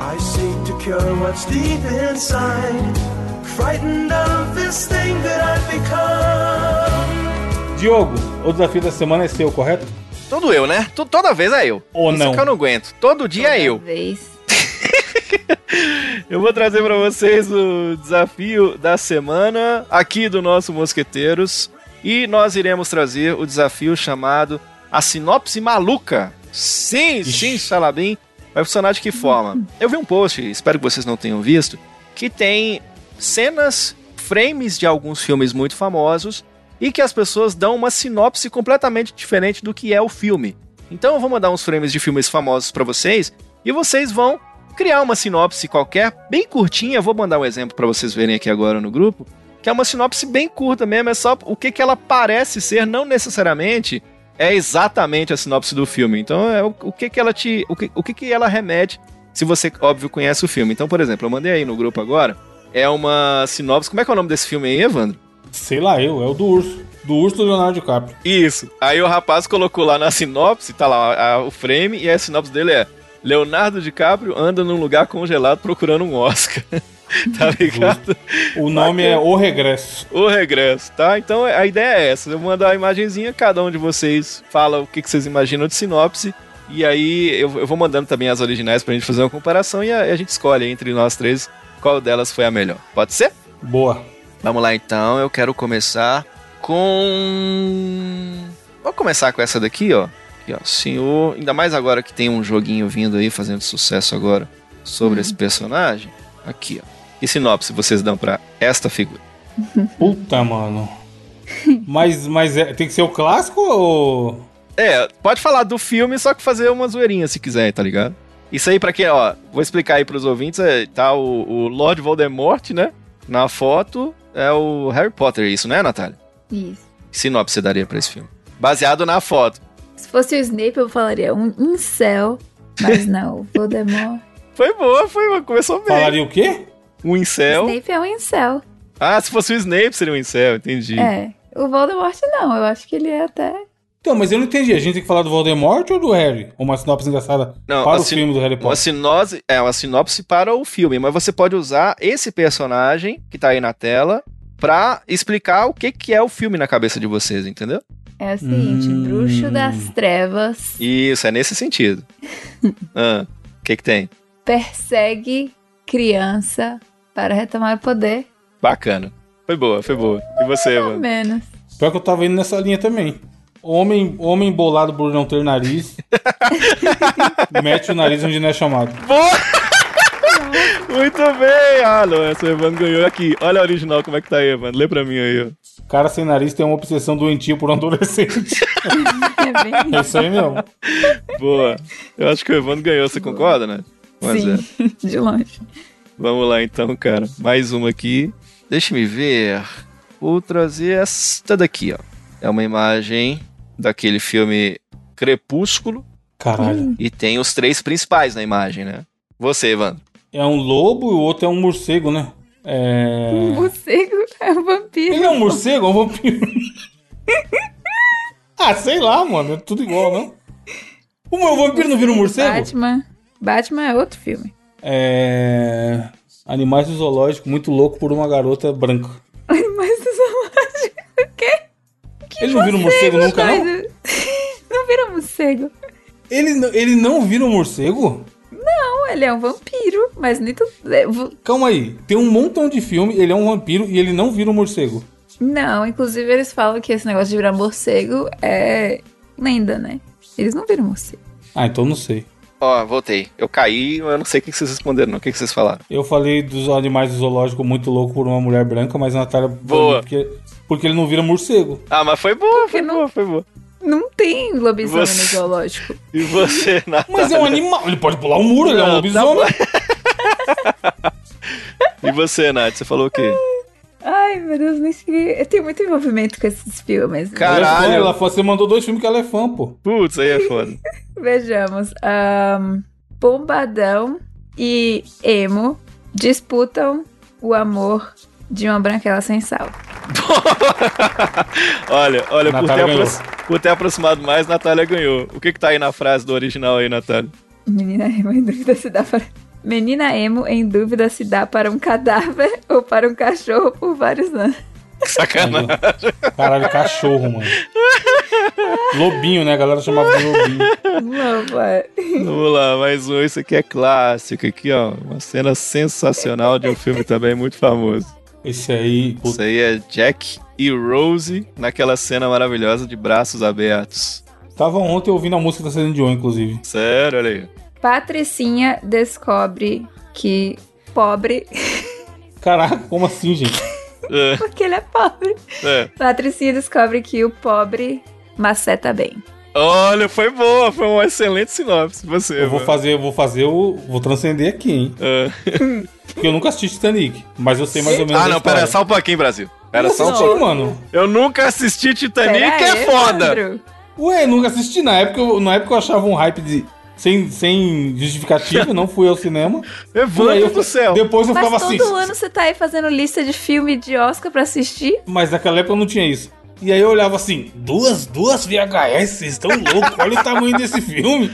Speaker 7: I seek to cure what's deep inside, frightened of this thing that I've become.
Speaker 1: Diogo, o desafio da semana é seu, correto?
Speaker 5: Todo eu, né? Tu- toda vez é eu.
Speaker 1: Ou
Speaker 5: Isso
Speaker 1: não.
Speaker 5: que eu não aguento. Todo dia é eu.
Speaker 3: Talvez.
Speaker 4: Eu vou trazer pra vocês o desafio da semana aqui do nosso Mosqueteiros. E nós iremos trazer o desafio chamado A Sinopse Maluca. Sim, sim, Salabim. Vai funcionar de que forma? Eu vi um post, espero que vocês não tenham visto, que tem cenas, frames de alguns filmes muito famosos e que as pessoas dão uma sinopse completamente diferente do que é o filme. Então eu vou mandar uns frames de filmes famosos pra vocês e vocês vão criar uma sinopse qualquer, bem curtinha. Eu vou mandar um exemplo pra vocês verem aqui agora no grupo, que é uma sinopse bem curta mesmo, é só o que, que ela parece ser, não necessariamente é exatamente a sinopse do filme. Então é o, o que que ela te, o que, o que que ela remete, se você óbvio conhece o filme. Então, por exemplo, eu mandei aí no grupo agora
Speaker 5: é uma sinopse. Como é que é o nome desse filme aí, Evandro?
Speaker 1: Sei lá eu, é o do urso. Do urso do Leonardo DiCaprio.
Speaker 5: Isso. Aí o rapaz colocou lá na sinopse, tá lá a- o frame, e a sinopse dele é Leonardo DiCaprio anda num lugar congelado procurando um Oscar. <laughs> tá ligado?
Speaker 1: O nome é O Regresso.
Speaker 5: O regresso, tá? Então a ideia é essa. Eu mando a imagenzinha, cada um de vocês fala o que, que vocês imaginam de sinopse. E aí eu, eu vou mandando também as originais pra gente fazer uma comparação e a, a gente escolhe entre nós três qual delas foi a melhor. Pode ser?
Speaker 1: Boa.
Speaker 5: Vamos lá então, eu quero começar com. Vou começar com essa daqui, ó. Aqui, ó. Senhor. Ainda mais agora que tem um joguinho vindo aí, fazendo sucesso agora, sobre esse personagem. Aqui, ó. Que sinopse vocês dão pra esta figura?
Speaker 1: Puta, mano. Mas, mas é- tem que ser o clássico ou.
Speaker 5: É, pode falar do filme, só que fazer uma zoeirinha se quiser, tá ligado? Isso aí pra quem, ó, vou explicar aí pros ouvintes, é, tá o, o Lord Voldemort, né? Na foto é o Harry Potter, isso, né, Natália?
Speaker 3: Isso.
Speaker 5: Que sinopse você daria pra esse filme? Baseado na foto.
Speaker 3: Se fosse o Snape, eu falaria um incel.
Speaker 1: <laughs>
Speaker 3: Mas não, o Voldemort.
Speaker 5: Foi boa, foi boa, começou bem.
Speaker 1: Falaria o quê?
Speaker 5: Um incel.
Speaker 3: Snape é um incel.
Speaker 5: Ah, se fosse o Snape seria um incel, entendi.
Speaker 3: É. O Voldemort não, eu acho que ele é até.
Speaker 1: Então, mas eu não entendi. A gente tem que falar do Voldemort ou do Harry? Uma sinopse engraçada
Speaker 5: Não,
Speaker 1: para
Speaker 5: a
Speaker 1: o
Speaker 5: sin-
Speaker 1: filme do Harry
Speaker 5: Uma
Speaker 1: Potter.
Speaker 5: sinopse, é uma sinopse para o filme, mas você pode usar esse personagem que tá aí na tela pra explicar o que, que é o filme na cabeça de vocês, entendeu?
Speaker 3: É o seguinte:
Speaker 1: Hum.
Speaker 3: bruxo das trevas
Speaker 5: Isso, é nesse
Speaker 3: <laughs>
Speaker 5: sentido. Ah, O que que tem?
Speaker 3: persegue criança para retomar o poder.
Speaker 5: Bacana. Foi boa, foi boa. E você,
Speaker 3: Pelo
Speaker 5: mano?
Speaker 3: menos.
Speaker 1: Pior que eu tava indo nessa linha também. Homem, homem bolado por não ter nariz. mete o nariz onde não é chamado.
Speaker 5: Muito bem! Ah, não, essa o Evandro ganhou aqui. Olha a original, como é que tá aí, mano. Lê pra mim aí, ó.
Speaker 1: Cara sem nariz tem uma obsessão doentia por um adolescente.
Speaker 3: É bem
Speaker 1: <laughs> É isso aí mesmo.
Speaker 5: Boa. Eu acho que o Evandro ganhou, você concorda, né? Mas é.
Speaker 3: Sim, de longe.
Speaker 5: Vamos lá então, cara. Mais uma aqui. Deixa me ver. Vou trazer esta daqui, ó. É uma imagem daquele filme Crepúsculo
Speaker 1: Caralho.
Speaker 5: e tem os três principais na imagem, né? Você, Ivan.
Speaker 1: É um lobo e o outro é um morcego, né? É.
Speaker 3: Um morcego é um vampiro.
Speaker 1: Ele é um morcego, é um vampiro. ah, sei lá, mano. É tudo igual, não? O meu vampiro não vira um morcego?
Speaker 3: Batman. Batman é
Speaker 1: <laughs>
Speaker 3: outro filme.
Speaker 1: É. Animais do zoológico, muito louco por uma garota branca.
Speaker 3: Mas do zoológico, <laughs> o quê?
Speaker 1: ele não vira um morcego nunca, não?
Speaker 3: Mas- <laughs> Não vira morcego.
Speaker 1: Ele, não- ele não vira um morcego?
Speaker 3: Não, ele é um vampiro, mas nem tu... é, vo-
Speaker 1: Calma aí. Tem um montão de filme, ele é um vampiro e ele não vira um morcego.
Speaker 3: Não, inclusive eles falam que esse negócio de virar morcego é lenda, né? Eles não viram morcego.
Speaker 1: Ah, então não sei.
Speaker 5: Ó, voltei. Eu caí, eu não sei o que que vocês responderam, não. O que que vocês falaram?
Speaker 1: Eu falei dos animais do zoológico muito louco por uma mulher branca, mas a Natália.
Speaker 5: Boa.
Speaker 1: Porque, porque ele não vira morcego.
Speaker 5: Ah, mas foi boa, foi
Speaker 3: que não?
Speaker 5: boa, foi boa.
Speaker 3: Não tem lobisomem
Speaker 5: Você-
Speaker 3: no zoológico.
Speaker 5: E você, Natália?
Speaker 1: Mas é um animal. Ele pode pular um muro, ele é um
Speaker 5: Tá. Não, tá
Speaker 1: lobisomem.
Speaker 5: E você, Nath? Você falou o quê?
Speaker 3: Ai, meu Deus, nem sei. Eu tenho muito envolvimento com esses filmes.
Speaker 5: Cara- Caralho.
Speaker 1: Ela é fã, ela- você mandou dois filmes que ela é fã, pô.
Speaker 5: Putz, aí é foda.
Speaker 3: Vejamos. ahn, Bombadão e Emo disputam o amor de uma branquela sem sal.
Speaker 5: olha, olha, por ter,
Speaker 1: Natália ganhou.
Speaker 5: apro- por ter aproximado mais, Natália ganhou. O que que tá aí na frase do original aí, Natália?
Speaker 3: Menina emo em dúvida se dá para. Menina emo em dúvida se dá para um cadáver <laughs> ou para um cachorro por vários anos.
Speaker 5: Que sacanagem. <laughs>
Speaker 1: Caralho, cachorro, mano. Lobinho, né? A galera chamava de lobinho.
Speaker 3: <laughs> Não, ué.
Speaker 5: Vamos lá, mais um. Isso aqui é clássico. Aqui, ó. Uma cena sensacional de um filme também muito famoso.
Speaker 1: Esse aí,
Speaker 5: Isso
Speaker 1: puta,
Speaker 5: aí é Jack e Rose naquela cena maravilhosa de braços abertos.
Speaker 1: tava ontem ouvindo a música da Celine Dion, inclusive.
Speaker 5: Sério, olha aí.
Speaker 3: Patricinha descobre que pobre. <laughs>
Speaker 1: Caraca, como assim, gente?
Speaker 5: É,
Speaker 3: Porque ele é pobre.
Speaker 5: é.
Speaker 3: Patricinha descobre que o pobre maceta bem.
Speaker 5: Olha, foi boa. Foi uma excelente sinopse. Você,
Speaker 1: Eu vou
Speaker 5: mano.
Speaker 1: fazer, eu vou fazer o. Vou transcender aqui, hein?
Speaker 5: É.
Speaker 1: <laughs> Porque eu nunca assisti Titanic, mas eu sei mais ou menos.
Speaker 5: Ah,
Speaker 1: a
Speaker 5: não,
Speaker 1: história.
Speaker 5: pera, só um pouquinho, Brasil. Pera
Speaker 1: Nunca
Speaker 5: só um
Speaker 1: assisti,
Speaker 5: pouquinho.
Speaker 1: mano.
Speaker 5: Eu nunca assisti Titanic,
Speaker 3: Pera
Speaker 5: é
Speaker 3: aí,
Speaker 5: foda.
Speaker 3: Evandro.
Speaker 1: Ué, nunca assisti. Na época, eu, na época eu achava um hype de. sem, sem justificativa, não fui ao
Speaker 4: <laughs>
Speaker 1: cinema. E aí
Speaker 4: Evandro
Speaker 1: eu-
Speaker 4: do céu.
Speaker 1: Depois eu
Speaker 3: Mas
Speaker 1: ficava
Speaker 3: todo
Speaker 1: assim.
Speaker 3: ano você tá aí fazendo lista de filme de Oscar pra assistir?
Speaker 1: Mas naquela época eu não tinha isso. E aí eu olhava assim, duas, duas VHS, vocês estão loucos, olha o tamanho desse filme.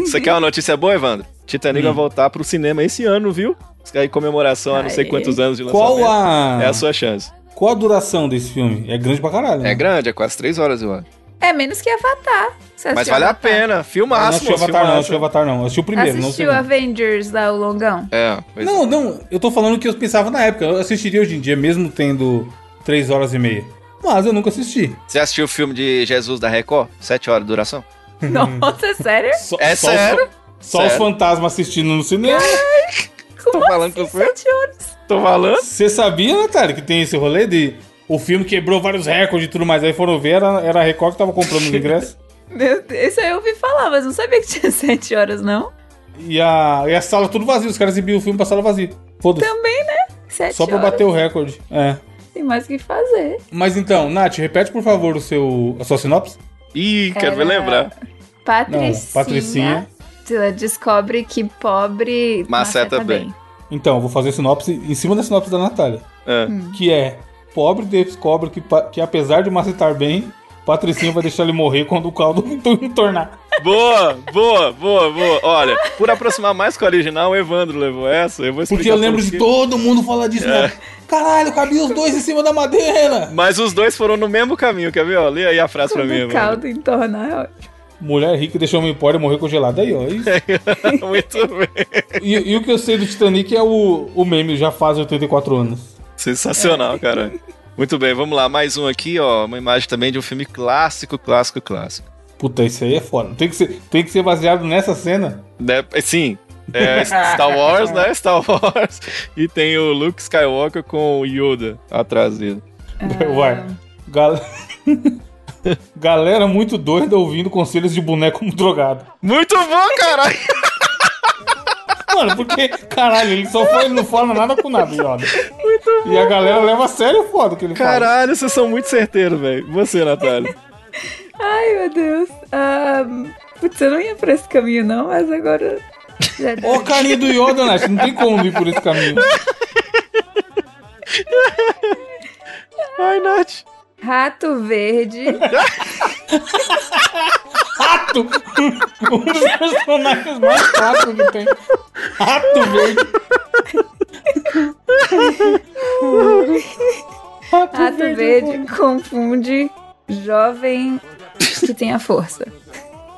Speaker 4: Você
Speaker 5: é
Speaker 4: quer uma notícia boa, Evandro? Titanic
Speaker 5: Hum.
Speaker 4: vai voltar pro cinema esse ano, viu? Em comemoração a não sei
Speaker 3: Aê.
Speaker 4: quantos anos de lançamento.
Speaker 1: Qual a,
Speaker 4: É a sua chance.
Speaker 1: qual a duração desse filme? É grande pra caralho. né?
Speaker 5: É grande, é quase três horas, eu acho.
Speaker 3: É menos que Avatar. Você
Speaker 5: Mas
Speaker 3: assistiu
Speaker 5: vale a
Speaker 3: Avatar?
Speaker 5: pena.
Speaker 4: é
Speaker 1: Eu não
Speaker 5: Filmaço,
Speaker 1: assisti
Speaker 5: moço,
Speaker 1: Avatar
Speaker 4: assim,
Speaker 1: não, eu assisti
Speaker 5: filmaço.
Speaker 1: Avatar não. Eu assisti o primeiro, não sei.
Speaker 3: Assistiu Avengers lá, o
Speaker 5: <laughs>
Speaker 3: Longão?
Speaker 5: É, pois é.
Speaker 1: Não, não, eu tô falando o que eu pensava na época. Eu assistiria hoje em dia, mesmo tendo três horas e meia. Mas eu nunca assisti.
Speaker 5: Você assistiu o filme de Jesus da Record? Sete horas de duração?
Speaker 3: Nossa, sério?
Speaker 1: Só,
Speaker 5: É
Speaker 1: só os-
Speaker 5: sério?
Speaker 1: Só os
Speaker 5: Sério.
Speaker 1: fantasmas assistindo no cinema.
Speaker 3: Como
Speaker 5: falando
Speaker 3: assim,
Speaker 5: com você?
Speaker 3: sete horas?
Speaker 4: Tô falando?
Speaker 1: Você sabia, Natália, que tem esse rolê de... O filme quebrou vários recordes e tudo mais. Aí foram ver, era, era a Record que tava comprando os ingressos. <laughs>
Speaker 3: Meu Deus, isso aí eu ouvi falar, mas não sabia que tinha <laughs> sete horas, não.
Speaker 1: E a, e a sala tudo vazia, os caras exibiam o filme pra sala vazia.
Speaker 5: Então,
Speaker 1: Foda-se.
Speaker 3: Também, né? Sete
Speaker 1: Só pra
Speaker 3: horas,
Speaker 1: bater o recorde. É.
Speaker 3: Tem mais o que fazer.
Speaker 1: Mas então, Nath, repete por favor o seu, a sua sinopse.
Speaker 4: Ih, quero me
Speaker 3: Era-
Speaker 4: lembrar.
Speaker 3: Patricinha.
Speaker 1: Não, Patricinha.
Speaker 3: Ela descobre que pobre tá
Speaker 5: Maceta bem.
Speaker 1: Então, eu vou fazer a sinopse em cima da sinopse da Natália.
Speaker 4: É.
Speaker 1: Que é: pobre descobre que, pa- que apesar de macetar bem, Patricinha vai deixar ele morrer quando o caldo <laughs> entornar.
Speaker 4: Boa, boa, boa, boa. Olha, por aproximar mais com a original, o Evandro levou essa. Eu vou explicar
Speaker 1: Porque eu lembro
Speaker 4: por
Speaker 1: de
Speaker 4: quê. É.
Speaker 1: todo mundo falar disso. né? Caralho, cabia os dois em cima da madeira.
Speaker 4: Mas os dois foram no mesmo caminho, quer ver? Ó, Lê aí a frase pra
Speaker 3: Quando
Speaker 4: mim,
Speaker 3: o
Speaker 4: Evandro. <laughs>
Speaker 3: caldo entornar, é ótimo.
Speaker 1: Mulher rica deixou homem pobre morrer congelado. Aí, ó. é
Speaker 4: <laughs>
Speaker 1: isso.
Speaker 4: Muito bem.
Speaker 1: E, e o que eu sei do Titanic é o, o meme já faz 84 anos.
Speaker 4: Sensacional, cara. Muito bem, vamos lá. Mais um aqui, ó. Uma imagem também de um filme clássico, clássico, clássico.
Speaker 1: Puta, isso aí é foda. Tem que ser, tem que ser baseado nessa cena.
Speaker 4: Né? Sim, é Star Wars, né? Star Wars. E tem o Luke Skywalker com o Yoda atrás dele.
Speaker 1: Vai. É, Gal- <laughs> Galera muito doida ouvindo conselhos de boneco como drogado.
Speaker 4: Muito bom, cara!
Speaker 1: Mano, porque, caralho, ele só foi, ele não fala nada com nada, Yoda. E a galera leva a sério o foda que ele fala.
Speaker 4: Caralho, vocês são muito certeiros, velho. Você, Natália.
Speaker 3: Ai, meu Deus. Ahn, putz, eu não ia pra esse caminho, não, mas agora. <laughs> Já deu.
Speaker 1: Ó o carinha do Yoda, Nath, não tem como ir por esse caminho.
Speaker 4: Ai, Nath.
Speaker 3: Rato
Speaker 1: <laughs>
Speaker 3: verde.
Speaker 1: Rato! Um dos personagens mais fáceis que tem. Rato verde.
Speaker 3: Rato
Speaker 1: é
Speaker 3: verde confunde jovem que tem a força.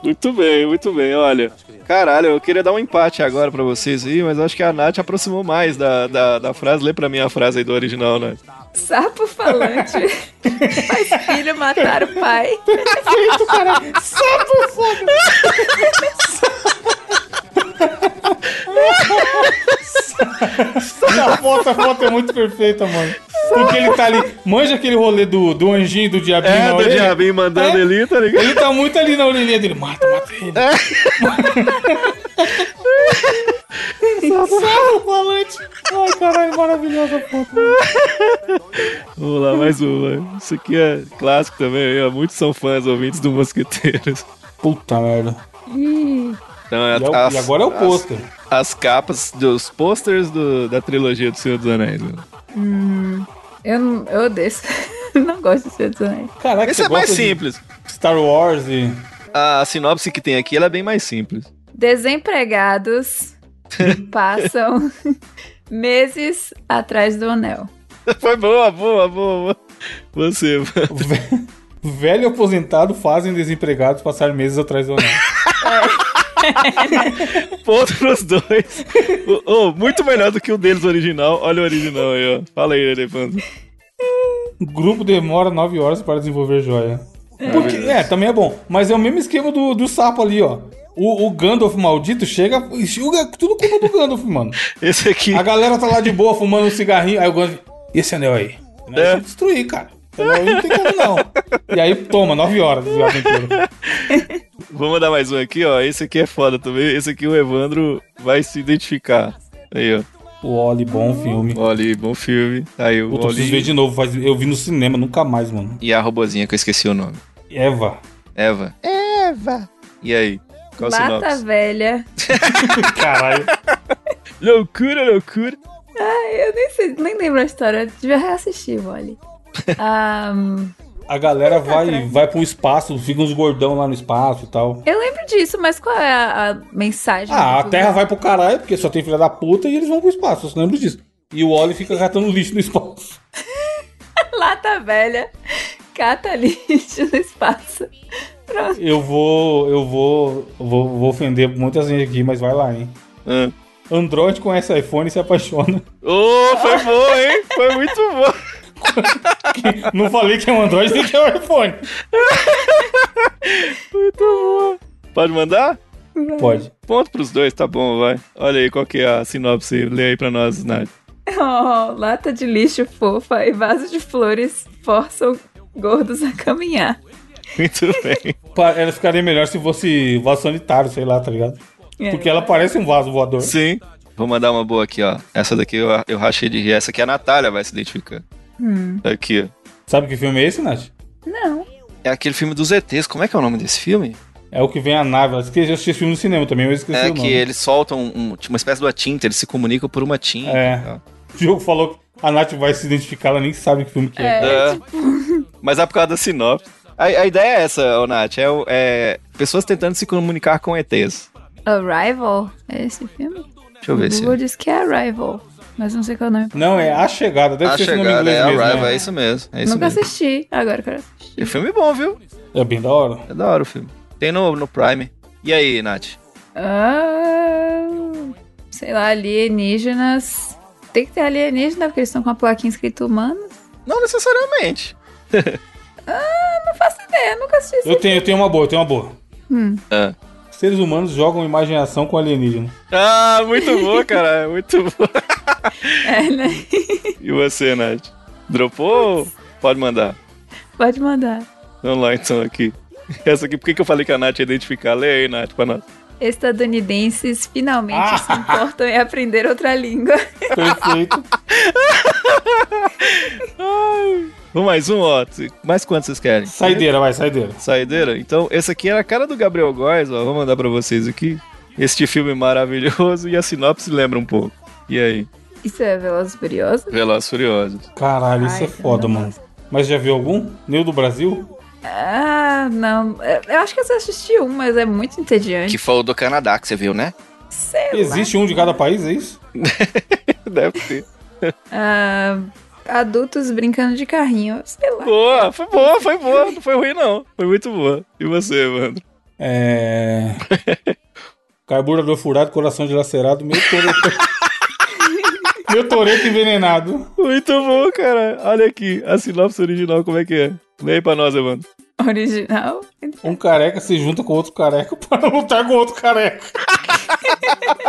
Speaker 4: Muito bem, muito bem, olha. Caralho, eu queria dar um empate agora pra vocês aí, mas acho que a Nath aproximou mais da, da, da frase. Lê pra mim a frase aí do original, né? Nath.
Speaker 3: Sapo falante.
Speaker 1: <laughs>
Speaker 3: Faz filho matar o pai.
Speaker 1: A foto, a foto é muito perfeita, mano. Porque ele tá ali. Manja aquele rolê do, do anjinho e do diabinho
Speaker 4: É,
Speaker 1: na
Speaker 4: do
Speaker 1: orelha.
Speaker 4: Diabinho mandando
Speaker 1: É.
Speaker 4: ele, tá ligado?
Speaker 1: Ele tá muito ali na orelhinha dele. Mata, mata ele.
Speaker 4: É.
Speaker 1: Sapo falante. Ai, caralho, maravilhosa a foto. mano.
Speaker 4: Vamos lá, mais uma. Isso aqui é clássico também, ó. muitos são fãs ouvintes do Mosqueteiros.
Speaker 1: Puta merda.
Speaker 3: Ih,
Speaker 4: Então, é
Speaker 1: E, é o-
Speaker 4: as-
Speaker 1: e agora é o
Speaker 4: as-
Speaker 1: pôster.
Speaker 4: As, capas dos posters do- da trilogia do Senhor dos Anéis. né?
Speaker 3: eu, não- <laughs> eu odeio isso. Não gosto de ser desonesto.
Speaker 1: Caraca,
Speaker 4: Esse
Speaker 1: você
Speaker 4: é mais
Speaker 1: gosta de
Speaker 4: simples.
Speaker 1: Star Wars e. <laughs>
Speaker 4: A sinopse que tem aqui ela é bem mais simples.
Speaker 1: <laughs>
Speaker 3: Desempregados passam <laughs> meses atrás do anel.
Speaker 4: <laughs> Foi boa, boa, boa. boa. Você,
Speaker 1: ve- Velho e aposentado fazem desempregados passar meses atrás do anel.
Speaker 4: ponto pros dois. Ô, ô, muito melhor do que o deles original. Olha o original aí, ó. Fala aí, Elefante.
Speaker 1: Grupo demora 9 horas para desenvolver joia. Porque- é, também é bom. Mas é o mesmo esquema do, do sapo ali, ó. O, o Gandalf maldito chega. enxuga Tudo culpa do Gandalf, mano.
Speaker 4: Esse aqui.
Speaker 1: A galera tá lá de boa fumando um cigarrinho. Aí o Gandalf. E esse anel aí? Esse anel
Speaker 4: É.
Speaker 1: eu vou destruir, cara. Esse anel aí não tem como não. E aí, toma, 9 horas de aventura.
Speaker 4: Vou mandar mais um aqui, ó. Esse aqui é foda também. Esse aqui o Evandro vai se identificar. Aí, ó.
Speaker 1: O Oli, bom filme.
Speaker 4: Olha, bom filme. Tá aí o
Speaker 1: Puta, eu preciso ver
Speaker 4: Oli.
Speaker 1: de novo. faz- Eu vi no cinema, nunca mais, mano.
Speaker 5: E a robozinha que eu esqueci o nome.
Speaker 1: Eva.
Speaker 5: Eva. Eva! E aí?
Speaker 4: Qual o
Speaker 3: Bata
Speaker 4: sinopse?
Speaker 3: velha.
Speaker 1: Caralho.
Speaker 5: Loucura, loucura.
Speaker 3: Eu nem sei, nem lembro a história. Eu devia reassistir,
Speaker 1: <laughs>
Speaker 3: Wally. Ahm,
Speaker 1: A galera vai, vai pro espaço, fica uns gordão lá no espaço e tal.
Speaker 3: eu lembro disso, mas qual é a, a mensagem?
Speaker 1: Ah, a
Speaker 3: do-
Speaker 1: Terra vai pro caralho, porque só tem filha da puta e eles vão pro espaço, eu só lembro disso. E o Wally fica catando lixo no espaço.
Speaker 3: <laughs>
Speaker 4: <laughs>
Speaker 3: Lata velha, cata lixo no espaço. <laughs> Pronto.
Speaker 1: Eu vou. Eu vou. Vou, vou ofender muita gente aqui, mas vai lá, hein?
Speaker 4: Ah.
Speaker 1: Android conhece iPhone e se apaixona. <laughs>
Speaker 4: Ô, foi bom, hein? Foi muito bom.
Speaker 1: Não falei que é um Android, nem que é um iPhone.
Speaker 4: Pode mandar?
Speaker 1: Pode.
Speaker 4: Ponto pros dois, tá bom, vai. Olha aí qual que é a sinopse. Lê aí pra nós, Nath.
Speaker 3: Oh, lata de lixo fofa e vaso de flores forçam gordos a caminhar.
Speaker 4: <laughs> Muito bem.
Speaker 1: Pa- Ela ficaria melhor se fosse vaso sanitário, sei lá, tá ligado?
Speaker 3: É.
Speaker 1: Porque ela parece um vaso voador.
Speaker 4: Sim. Vou mandar uma boa aqui, ó. Essa daqui eu, eu rachei de rir. Essa aqui a Natália vai se identificar. Aqui, ó.
Speaker 1: Sabe que filme é esse, Nath?
Speaker 3: Não.
Speaker 4: É aquele filme dos ETs. Como é que é o nome desse filme?
Speaker 1: É o que vem a nave. Eu esqueci, eu assisti esse filme no cinema também, mas esqueci
Speaker 4: É
Speaker 1: o
Speaker 4: que
Speaker 1: nome.
Speaker 4: eles soltam um- uma espécie de uma tinta, eles se comunicam por uma tinta.
Speaker 1: É.
Speaker 4: e tal.
Speaker 1: O Diogo falou que a Nath vai se identificar, ela nem sabe que filme que é.
Speaker 4: É. Mas é por causa da sinopse. A, a ideia é essa, ô Nath. É, o- é pessoas tentando se comunicar com ETs.
Speaker 3: Arrival? É esse filme?
Speaker 4: Deixa eu ver se.
Speaker 3: Google diz que é Arrival, mas não sei qual é o nome.
Speaker 1: Não, é A Chegada. Deve
Speaker 4: A
Speaker 1: ser esse nome em
Speaker 4: chegada
Speaker 1: inglês
Speaker 4: é
Speaker 1: mesmo,
Speaker 4: Arrival,
Speaker 1: né?
Speaker 4: é isso mesmo. É isso
Speaker 3: Nunca
Speaker 4: mesmo.
Speaker 3: assisti, agora eu quero assistir.
Speaker 4: E o filme é bom, viu?
Speaker 1: É bem da hora.
Speaker 4: É da hora o filme. Tem no, no Prime. E aí, Nath?
Speaker 3: Ah, sei lá, alienígenas. Tem que ter alienígena, porque eles estão com a plaquinha escrita humanos.
Speaker 4: Não necessariamente.
Speaker 3: Não faço ideia, nunca assisti isso.
Speaker 1: Eu tenho, eu tenho uma boa, eu tenho uma boa.
Speaker 3: Hum.
Speaker 4: Ah.
Speaker 1: Seres humanos jogam imaginação com alienígena.
Speaker 4: Ah, muito bom, cara. Muito bom.
Speaker 3: É, <laughs> né?
Speaker 4: E você, Nath? Dropou? Pode mandar.
Speaker 3: Pode mandar.
Speaker 4: Vamos lá, então, aqui. Essa aqui, por que, que eu falei que a Nath ia identificar? Lê aí, Nath, pra nós.
Speaker 3: Estadunidenses finalmente
Speaker 1: Ah!
Speaker 3: se importam em aprender outra língua. <laughs>
Speaker 1: Perfeito.
Speaker 4: Vamos mais um, ó. Mais quantos vocês querem?
Speaker 1: Saideira, vai, saideira.
Speaker 4: Saideira? Então, esse aqui era a cara do Gabriel Góes, ó. Vou mandar pra vocês aqui. Este filme maravilhoso e a sinopse lembra um pouco. E aí?
Speaker 3: Isso é Veloz e Furioso?
Speaker 4: Velozes e Furiosos.
Speaker 1: Caralho, isso
Speaker 3: Ai,
Speaker 1: é foda,
Speaker 3: não
Speaker 1: mano. Mas já viu algum? Neu do Brasil?
Speaker 3: Ah, não. É, Eu acho que eu só assisti um, mas é muito entediante.
Speaker 5: Que foi o do Canadá que você viu, né?
Speaker 3: Sei
Speaker 1: Existe um de cada país, é isso?
Speaker 4: Deve ter.
Speaker 3: lá. Ah, adultos brincando de carrinho. Sei lá.
Speaker 4: Boa, foi boa, foi boa. Não foi ruim, não. Foi muito boa. E você, mano? <laughs>
Speaker 1: É. Carburador furado, coração dilacerado, meu
Speaker 4: <laughs>
Speaker 1: toreto. meu toreto envenenado.
Speaker 4: Muito bom, cara. Olha aqui, a sinopse original, como é que é? Lê aí pra nós, Evandro.
Speaker 3: Original.
Speaker 1: Um careca se junta com outro careca <laughs> para lutar com outro careca.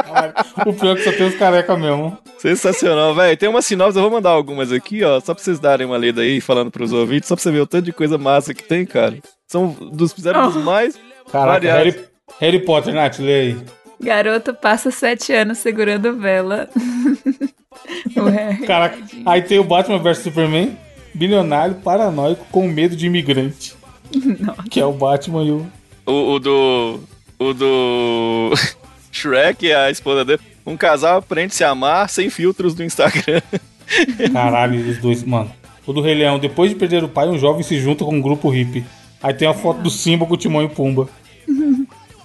Speaker 1: Caralho, o pior é que só tem os careca mesmo.
Speaker 4: Sensacional, velho. Tem uma sinopse, eu vou mandar algumas aqui, ó, só pra vocês darem uma lida aí, falando pros ouvintes, só pra você ver o tanto de coisa massa que tem, cara. São dos, fizeram
Speaker 1: Oh.
Speaker 4: dos mais.
Speaker 1: Caraca,
Speaker 4: Variado.
Speaker 1: Harry, Harry Potter, Nath, lê aí.
Speaker 3: Garoto passa sete anos segurando vela. <laughs> Ué.
Speaker 1: Caraca, aí tem o Batman vs Superman, bilionário, paranoico, com medo de imigrante. Que é o Batman e o.
Speaker 4: O, o do. O do. <laughs> Shrek e a esposa dele. Um casal aprende a se amar sem filtros do Instagram.
Speaker 1: Caralho, os dois, mano. O do Rei Leão, depois de perder o pai, um jovem se junta com um grupo hippie. Aí tem a foto do Simba com o Timão e Pumba.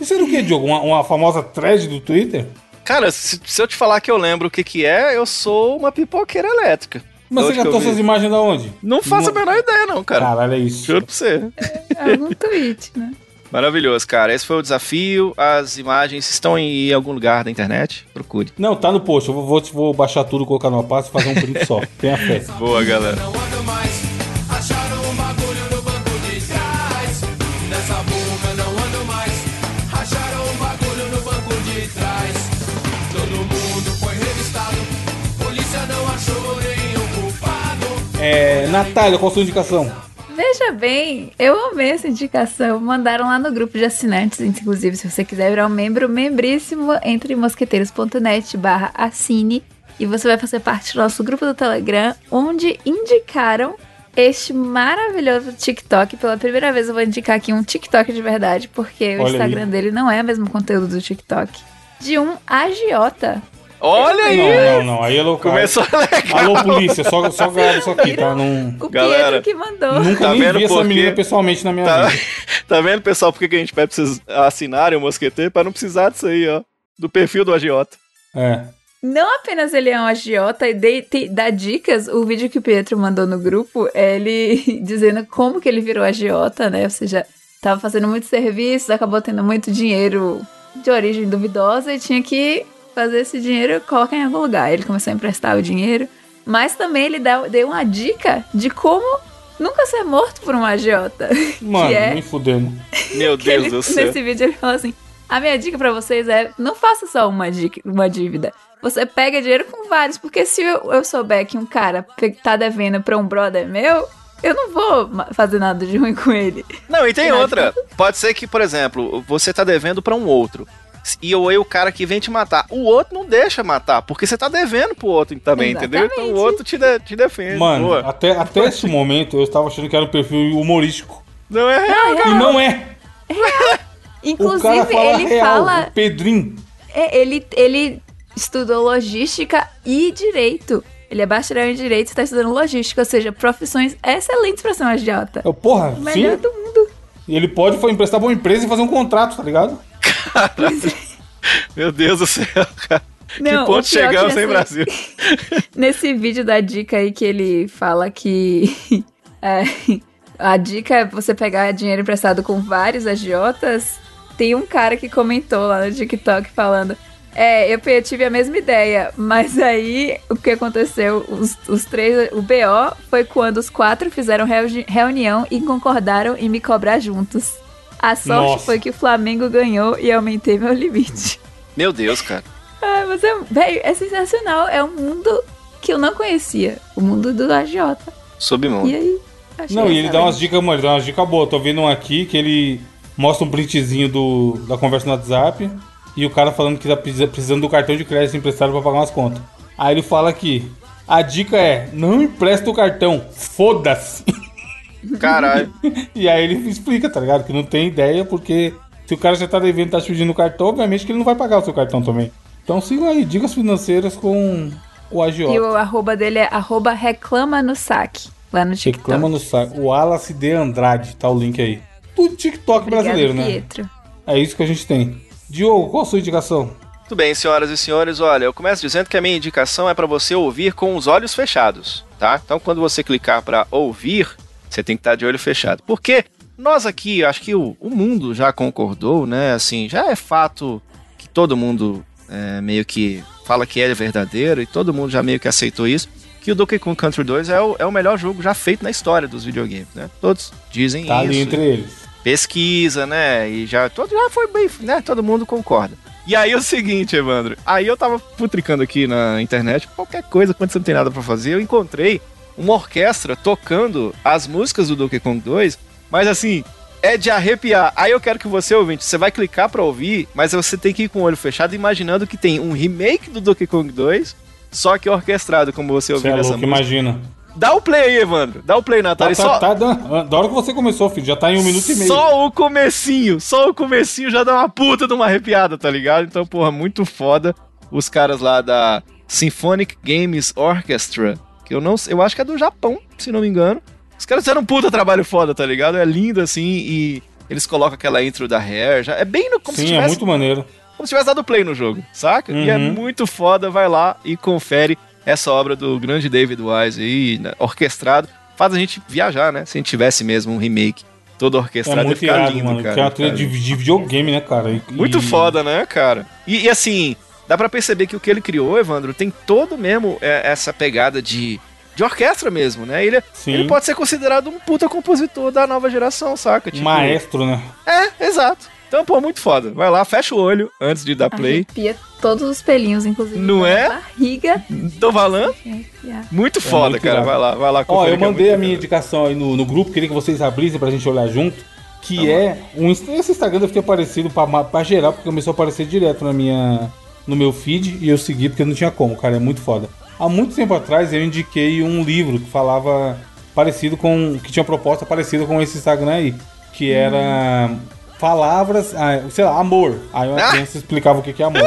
Speaker 1: Isso era o que, Diogo? Uma, uma famosa thread do Twitter?
Speaker 4: Cara, se, se eu te falar que eu lembro o que que é, eu sou uma pipoqueira elétrica.
Speaker 1: Mas
Speaker 4: Da
Speaker 1: você
Speaker 4: onde que eu
Speaker 1: catou
Speaker 4: vi?
Speaker 1: essas imagens da onde?
Speaker 4: Não faço a menor ideia, não, cara.
Speaker 1: Caralho, é isso.
Speaker 4: Juro pra você.
Speaker 3: Algum tweet, né?
Speaker 5: Maravilhoso, cara. Esse foi o desafio. As imagens estão em algum lugar da internet. Procure.
Speaker 1: Não, tá no post. Eu vou, vou- vou baixar tudo, colocar numa pasta e fazer um print só. <laughs> Tenha fé.
Speaker 4: Boa, galera.
Speaker 1: É, Natália, qual a sua indicação?
Speaker 3: Veja bem, eu amei essa indicação. Mandaram lá no grupo de assinantes, inclusive, se você quiser virar um membro, membríssimo, entre em mosqueteiros.net barra assine e você vai fazer parte do nosso grupo do Telegram, onde indicaram este maravilhoso TikTok. Pela primeira vez eu vou indicar aqui um TikTok de verdade, porque o
Speaker 1: Olha
Speaker 3: Instagram
Speaker 1: aí.
Speaker 3: dele não é o mesmo conteúdo do TikTok. De um agiota.
Speaker 4: Olha aí!
Speaker 1: Não, não, não. Aí é louco.
Speaker 4: Começou legal.
Speaker 1: Alô, polícia, só, só grava isso aqui, tá? Não,
Speaker 3: O
Speaker 4: Galera,
Speaker 3: Pedro que mandou.
Speaker 1: nunca
Speaker 4: Tá
Speaker 1: nem
Speaker 4: vendo
Speaker 1: vi essa
Speaker 4: por quê?
Speaker 1: menina pessoalmente na minha
Speaker 4: Tá,
Speaker 1: vida.
Speaker 4: <laughs> tá vendo, pessoal, por que que a gente pede pra vocês assinarem o Mosqueteiro pra não precisar disso aí, ó. Do perfil do agiota.
Speaker 1: É.
Speaker 3: Não apenas ele é um agiota e dei- te- dá dicas, o vídeo que o Pietro mandou no grupo é ele <laughs> dizendo como que ele virou agiota, né? Ou seja, tava fazendo muitos serviços, acabou tendo muito dinheiro de origem duvidosa e tinha que fazer esse dinheiro colocar em algum lugar. Ele começou a emprestar o dinheiro, mas também ele dá- deu uma dica de como nunca ser morto por um agiota. <laughs>
Speaker 1: Mano,
Speaker 3: Que é?
Speaker 1: me fudendo.
Speaker 4: Meu
Speaker 3: Que
Speaker 4: Deus
Speaker 3: ele-
Speaker 4: do céu.
Speaker 3: Nesse vídeo ele fala assim: a minha dica pra vocês é não faça só uma, dica, uma dívida. Você pega dinheiro com vários, porque se eu, eu souber que um cara pe- tá devendo pra um brother meu, eu não vou ma- fazer nada de ruim com ele.
Speaker 5: Não, e tem
Speaker 3: Verdade.
Speaker 5: outra. Pode ser que, por exemplo, você tá devendo pra um outro. E eu aí o cara que vem te matar. O outro não deixa matar, porque você tá devendo pro outro também, entendeu? Então o
Speaker 3: Exatamente.
Speaker 5: outro te, de- te defende.
Speaker 1: Mano,
Speaker 5: boa.
Speaker 1: até, até esse momento eu estava achando que era um perfil humorístico.
Speaker 5: não é real.
Speaker 1: E não é. o
Speaker 3: Inclusive,
Speaker 1: cara fala
Speaker 3: ele
Speaker 1: real.
Speaker 3: fala.
Speaker 1: O Pedrinho.
Speaker 3: é, ele, ele estudou logística e direito. Ele é bacharel em direito e tá estudando logística, ou seja, profissões excelentes pra ser um agiota.
Speaker 1: Eu, porra,
Speaker 3: O
Speaker 1: sim.
Speaker 3: melhor do mundo.
Speaker 1: E ele pode foi emprestar pra uma empresa e fazer um contrato, tá ligado?
Speaker 4: Meu Deus do céu, <laughs> cara.
Speaker 3: Não,
Speaker 4: que
Speaker 3: o
Speaker 4: ponto
Speaker 3: pior que
Speaker 4: chegamos, hein,
Speaker 3: nessa-
Speaker 4: Brasil?
Speaker 3: <laughs> Nesse vídeo da dica aí que ele fala que <laughs> é, a dica é você pegar dinheiro emprestado com vários agiotas. Tem um cara que comentou lá no TikTok falando: É, eu, pe- tive a mesma ideia, mas aí o que aconteceu? Os, os três, o BO foi quando os quatro fizeram reu- reunião e concordaram em me cobrar juntos. A sorte
Speaker 1: Nossa.
Speaker 3: foi que o Flamengo ganhou e eu aumentei meu limite.
Speaker 5: Meu Deus, cara.
Speaker 3: Ah, mas é, véio, é sensacional. É um mundo que eu não conhecia. O mundo do agiota.
Speaker 5: Submundo.
Speaker 3: E aí? é achei
Speaker 1: Não, e ele dá
Speaker 3: excelente.
Speaker 1: umas dicas, mano, ele dá umas dicas boas. Tô vendo um aqui que ele mostra um printzinho do, da conversa no WhatsApp e o cara falando que tá precisa- precisando do cartão de crédito emprestado pra pagar umas contas. Aí ele fala aqui, a dica é, não empresta o cartão, foda-se. <laughs>
Speaker 5: Caralho.
Speaker 1: E aí ele explica, tá ligado? Que não tem ideia, porque se o cara já tá devendo, tá te pedindo o cartão, obviamente que ele não vai pagar o seu cartão também. Então sigam aí, dicas financeiras com o
Speaker 3: E
Speaker 1: agiota.
Speaker 3: o arroba dele é arroba reclama no saque. Lá no TikTok.
Speaker 1: Reclama no saco. O Wallace de Andrade, tá o link aí. Tudo TikTok
Speaker 3: Obrigada,
Speaker 1: brasileiro, né?
Speaker 3: Pietro.
Speaker 1: É isso que a gente tem. Diogo, qual a sua indicação?
Speaker 5: Muito bem, senhoras e senhores, olha, eu começo dizendo que a minha indicação é para você ouvir com os olhos fechados, tá? Então, quando você clicar para ouvir, você tem que estar de olho fechado. Porque nós aqui, acho que o, o mundo já concordou, né? Assim, já é fato que todo mundo é, meio que fala que é verdadeiro e todo mundo já meio que aceitou isso. Que o Donkey Kong Country 2 é o, é o melhor jogo já feito na história dos videogames, né? Todos dizem
Speaker 1: Tá
Speaker 5: isso.
Speaker 1: ali entre eles.
Speaker 5: pesquisa, né? E já todo já foi bem, né? Todo mundo concorda. E aí é o seguinte, Evandro. Aí eu tava putricando aqui na internet, qualquer coisa, quando você não tem nada pra fazer, eu encontrei uma orquestra tocando as músicas do Donkey Kong 2, mas assim, é de arrepiar. Aí eu quero que você, ouvinte, você vai clicar pra ouvir, mas você tem que ir com o olho fechado, imaginando que tem um remake do Donkey Kong 2, só que orquestrado, como você
Speaker 1: Você é
Speaker 5: ouviu nessa
Speaker 1: louco,
Speaker 5: música.
Speaker 1: imagina.
Speaker 5: Dá o play aí, Evandro. Dá o play,
Speaker 1: Tá,
Speaker 5: Natália.
Speaker 1: tá,
Speaker 5: e só,
Speaker 1: tá, da, da hora que você começou, filho, já tá em um minuto e meio.
Speaker 5: só o comecinho, só o comecinho já dá uma puta de uma arrepiada, tá ligado? Então, porra, muito foda os caras lá da Symphonic Games Orchestra, que eu não sei, eu acho que é do Japão, se não me engano. Os caras fizeram um puta trabalho foda, tá ligado? É lindo assim e eles colocam aquela intro da Hair, já é bem no, como se
Speaker 1: Sim, é
Speaker 5: tivesse
Speaker 1: muito maneiro.
Speaker 5: como se tivesse dado play no jogo, saca? E é
Speaker 1: Uhum.
Speaker 5: muito foda, vai lá e confere essa obra do grande David Wise aí, né, orquestrado. Faz a gente viajar, né? Se a gente tivesse mesmo um remake todo orquestrado,
Speaker 1: É muito
Speaker 5: ia ficar
Speaker 1: irado,
Speaker 5: lindo,
Speaker 1: mano.
Speaker 5: cara.
Speaker 1: que é uma trilha
Speaker 5: cara.
Speaker 1: de, de videogame, né, cara? E-
Speaker 5: Muito
Speaker 1: e-
Speaker 5: foda, né, cara? E, e assim, dá pra perceber que o que ele criou, Evandro, tem todo mesmo é, essa pegada de, de orquestra mesmo, né? Ele,
Speaker 1: Sim.
Speaker 5: ele pode ser considerado um puta compositor da nova geração, saca? Tipo,
Speaker 1: Maestro, né?
Speaker 5: É, exato. Então, pô, muito foda. Vai lá, fecha o olho antes de dar play.
Speaker 3: Arrepia todos os pelinhos, inclusive.
Speaker 5: Não
Speaker 3: da
Speaker 5: é?
Speaker 3: Barriga.
Speaker 5: Tô falando?
Speaker 3: Arrepiar.
Speaker 5: Muito foda,
Speaker 1: muito
Speaker 5: cara.
Speaker 1: irado.
Speaker 5: Vai lá, vai lá.
Speaker 1: Ó,
Speaker 5: confere
Speaker 1: eu
Speaker 5: que é
Speaker 1: mandei a
Speaker 5: muito
Speaker 1: minha
Speaker 5: irado.
Speaker 1: indicação aí no, no grupo, queria que vocês abrissem pra gente olhar junto. Que é um. Insta- Esse Instagram deve ter aparecido pra, ma- pra geral, porque começou a aparecer direto na minha, no meu feed e eu segui porque não tinha como, cara. É muito foda. Há muito tempo atrás eu indiquei um livro que falava parecido com. que tinha proposta parecida com esse Instagram aí. Que era. Palavras, ah, sei lá, amor. Aí uma criança explicava o que que é amor.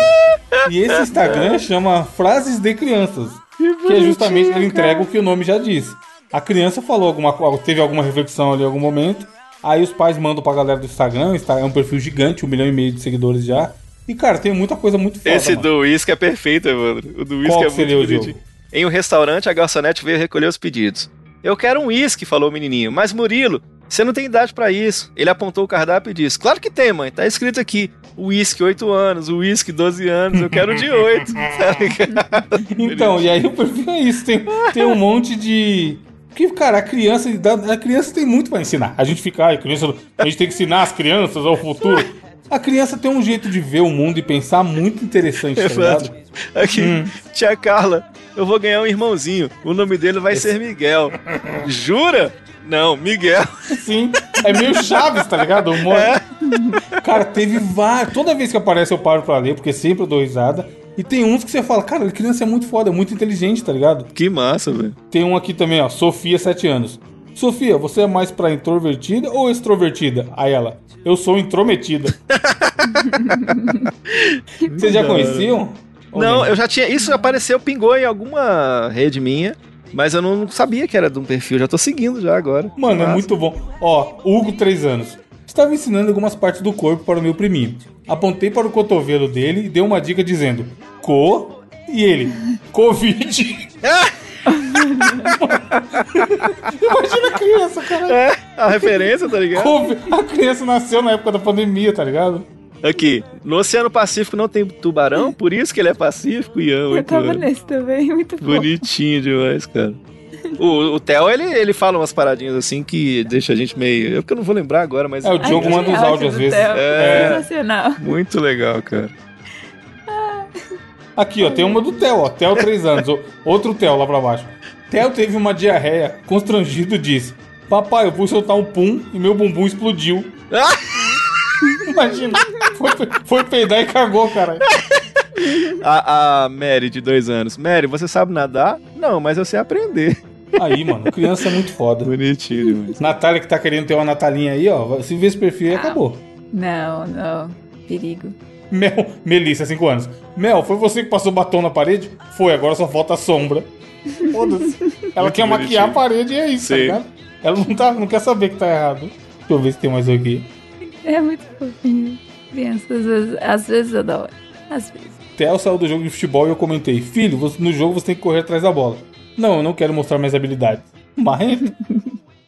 Speaker 1: E esse Instagram chama Frases de Crianças. Que, é justamente ele entrega o que o nome já diz. A criança falou alguma coisa, teve alguma reflexão ali em algum momento. Aí os pais mandam pra galera do Instagram. o Instagram É um perfil gigante, um milhão e meio de seguidores já. E, cara, tem muita coisa muito foda.
Speaker 4: Esse
Speaker 1: mano.
Speaker 4: do uísque é perfeito, Evandro. O do uísque
Speaker 1: que
Speaker 4: é muito
Speaker 1: seria o
Speaker 4: bonitinho.
Speaker 1: jogo?
Speaker 4: Em um restaurante, a garçonete veio recolher os pedidos.
Speaker 5: Eu quero um uísque, falou o menininho. Mas Murilo, você não tem idade pra isso. Ele apontou o cardápio e disse: Claro que tem, mãe. Tá escrito aqui: uísque 8 anos, uísque 12 anos. Eu quero o
Speaker 4: <laughs>
Speaker 5: de 8. tá ligado?
Speaker 1: Então, e aí o perfil é isso. Tem, tem um monte de. Porque, cara, a criança, a criança tem muito pra ensinar. A gente fica, "Ai, criança, a gente tem que ensinar as crianças ao futuro. A criança tem um jeito de ver o mundo e pensar muito interessante, tá ligado?
Speaker 5: Aqui, tia Carla, eu vou ganhar um irmãozinho. O nome dele vai ser Miguel. Jura? Não, Miguel.
Speaker 1: Sim, é meio Chaves, tá ligado? O humor. Cara, teve vários. Toda vez que aparece eu paro pra ler, porque sempre eu dou risada. E tem uns que você fala, cara, a criança é muito foda, é muito inteligente, tá ligado?
Speaker 5: Que massa, velho.
Speaker 1: Tem um aqui também, ó. Sofia, 7 anos. Sofia, você é mais pra introvertida ou extrovertida? Aí ela, eu sou intrometida. Vocês já conheciam? Ou
Speaker 5: Não,
Speaker 1: nem?
Speaker 5: Então, eu já tinha. Isso apareceu, pingou em alguma rede minha, mas eu não sabia que era de um perfil. Já tô seguindo já agora.
Speaker 1: Mano, é
Speaker 5: Massa.
Speaker 1: muito bom. Ó, Hugo, 3 anos. Estava ensinando algumas partes do corpo para o meu priminho. Apontei para o cotovelo dele e dei uma dica dizendo: Co. E ele, Covid. <laughs> Imagina a criança, cara.
Speaker 5: É, a referência, tá ligado?
Speaker 1: Covid. A criança nasceu na época da pandemia, tá ligado?
Speaker 5: Aqui, no Oceano Pacífico não tem tubarão, por isso que ele é pacífico e ama.
Speaker 3: Eu tava nesse também, <laughs> muito bom.
Speaker 5: <laughs> Bonitinho demais, cara. O, o Theo, ele, ele fala umas paradinhas assim que deixa a gente meio. Eu que eu não vou lembrar agora, mas.
Speaker 1: É, o
Speaker 3: Ai,
Speaker 1: Diogo
Speaker 3: que
Speaker 1: manda os
Speaker 3: ódio
Speaker 1: áudios às
Speaker 3: do
Speaker 1: vezes.
Speaker 3: Theo,
Speaker 1: É.
Speaker 3: Sensacional.
Speaker 5: Muito legal, cara.
Speaker 1: Aqui, ó, tem uma do Theo, ó. Theo, 3 anos. O- Outro Theo lá pra baixo. Theo teve uma diarreia, constrangido disse: Papai, eu fui soltar um pum e meu bumbum explodiu. Imagina, foi, pe- foi peidar e cagou, cara.
Speaker 5: A, a Mary, de dois anos. Mary, você sabe nadar? Não, mas eu sei aprender. <laughs>
Speaker 1: Aí, mano, criança é muito foda.
Speaker 5: Bonitinho demais.
Speaker 1: Natália que tá querendo ter uma Natalinha aí, ó. Se ver esse perfil aí, acabou.
Speaker 3: Não, não. Perigo.
Speaker 1: Mel, Melissa, 5 anos. Mel, foi você que passou batom na parede? Foi, agora só falta a sombra. Foda-se. Ela
Speaker 4: Muito
Speaker 1: quer maquiar
Speaker 4: bonitinho.
Speaker 1: a parede e é isso, tá
Speaker 4: Sim.
Speaker 1: ligado? Ela não, tá, não quer saber que tá errado. Deixa eu ver se tem mais um aqui.
Speaker 3: É muito fofinho. Crianças, às vezes, às vezes adora. Às vezes.
Speaker 1: Theo saiu do jogo de futebol e eu comentei: Filho, você- no jogo você tem que correr atrás da bola. Não, eu não quero mostrar minhas habilidades. Mas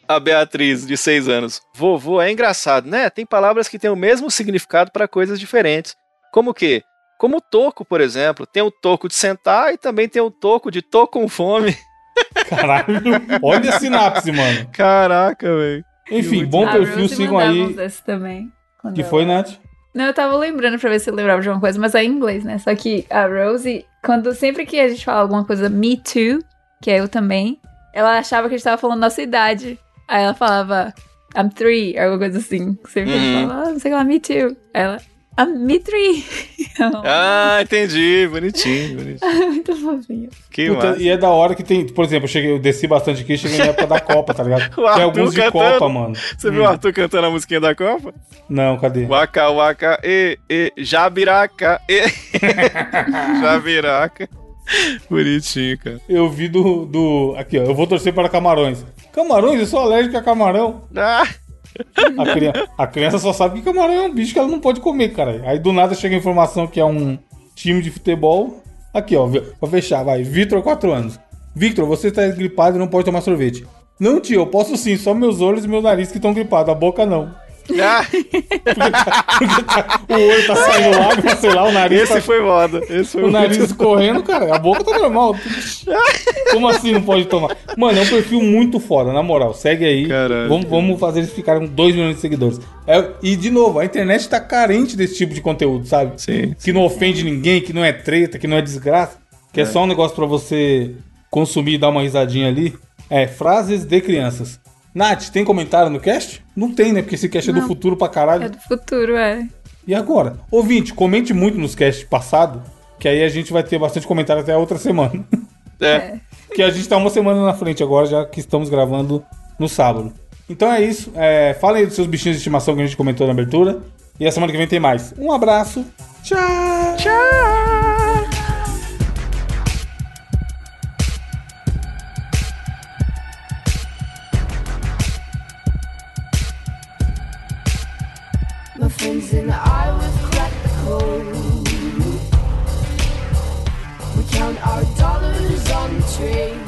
Speaker 4: A Beatriz, de 6 anos.
Speaker 5: Vovô é engraçado, né? Tem palavras que têm o mesmo significado para coisas diferentes. Como o quê? Como o toco, por exemplo. Tem o toco de sentar e também tem o toco de tô com fome. <laughs>
Speaker 1: Caralho, <laughs> olha a sinapse, mano.
Speaker 5: Caraca, velho.
Speaker 1: Enfim, bom
Speaker 3: a
Speaker 1: perfil,
Speaker 3: Rose
Speaker 1: sigam
Speaker 3: mandava uns
Speaker 1: aí.
Speaker 3: desses também. quando
Speaker 1: Que
Speaker 3: ela-
Speaker 1: foi, Nath?
Speaker 3: Não, eu tava lembrando pra ver se eu lembrava de alguma coisa, mas é em inglês, né? Só que a Rose, quando sempre que a gente fala alguma coisa, me too, que é eu também, ela achava que a gente tava falando nossa idade. Aí ela falava, I'm three, alguma coisa assim. Sempre que a
Speaker 1: Uhum.
Speaker 3: gente fala, ah, não sei o que lá, me too. Aí ela, I'm me three. <laughs> É
Speaker 4: Ah, entendi. Bonitinho, bonitinho.
Speaker 1: É.
Speaker 3: Muito fofinho.
Speaker 4: Que
Speaker 1: Puta,
Speaker 4: massa.
Speaker 1: e é da hora que tem, por exemplo, eu, cheguei, eu desci bastante aqui, cheguei na época da Copa, tá ligado?
Speaker 4: <laughs> O
Speaker 1: Tem alguns
Speaker 4: Arthur
Speaker 1: de
Speaker 4: cantando.
Speaker 1: Copa, mano.
Speaker 4: Você
Speaker 5: Hum.
Speaker 4: viu o Arthur cantando a musiquinha da Copa?
Speaker 1: Não, cadê?
Speaker 4: Waka, waka, e, e, jabiraca,
Speaker 5: <laughs>
Speaker 4: e. jabiraca. Bonitinho, cara.
Speaker 1: Eu vi do, do. Aqui, ó. Eu vou torcer para camarões. Camarões? Eu sou alérgico a camarão.
Speaker 4: Ah,
Speaker 1: A, cria- a criança só sabe que camarão é um bicho que ela não pode comer, cara. Aí do nada chega a informação que é um time de futebol. Aqui, ó. vi- Pra fechar, vai. Vitor, 4 anos. Victor, você está gripado e não pode tomar sorvete. Não, tio, eu posso sim, só meus olhos e meu nariz que estão gripados, a boca não. <laughs>
Speaker 4: ah,
Speaker 1: O olho tá saindo lágrima, sei lá, o nariz
Speaker 4: esse
Speaker 1: tá-
Speaker 4: foi moda. Esse foi
Speaker 1: o
Speaker 4: muito-
Speaker 1: nariz escorrendo, cara. A boca tá normal. Como assim não pode tomar? Mano, é um perfil muito foda, na moral. Segue aí.
Speaker 4: Caralho.
Speaker 1: Vamos, vamos fazer eles ficarem com 2 milhões de seguidores. É, e, de novo, a internet tá carente desse tipo de conteúdo, sabe?
Speaker 4: Sim.
Speaker 1: Que não ofende ninguém, que não é treta, que não é desgraça. Que é, só um negócio pra você consumir e dar uma risadinha ali. É, frases de crianças. Nath, tem comentário no cast? Não tem, né? Porque esse cast é do
Speaker 3: Não.
Speaker 1: futuro pra caralho.
Speaker 3: É do futuro, é.
Speaker 1: E agora? Ouvinte, comente muito nos casts passados, que aí a gente vai ter bastante comentário até a outra semana.
Speaker 4: É.
Speaker 1: que a gente tá uma semana na frente agora, já que estamos gravando no sábado. Então é isso. É, falem aí dos seus bichinhos de estimação que a gente comentou na abertura. E a semana que vem tem mais. Um abraço. Tchau. Tchau. My friends and I would crack the code. We count our dollars on the train.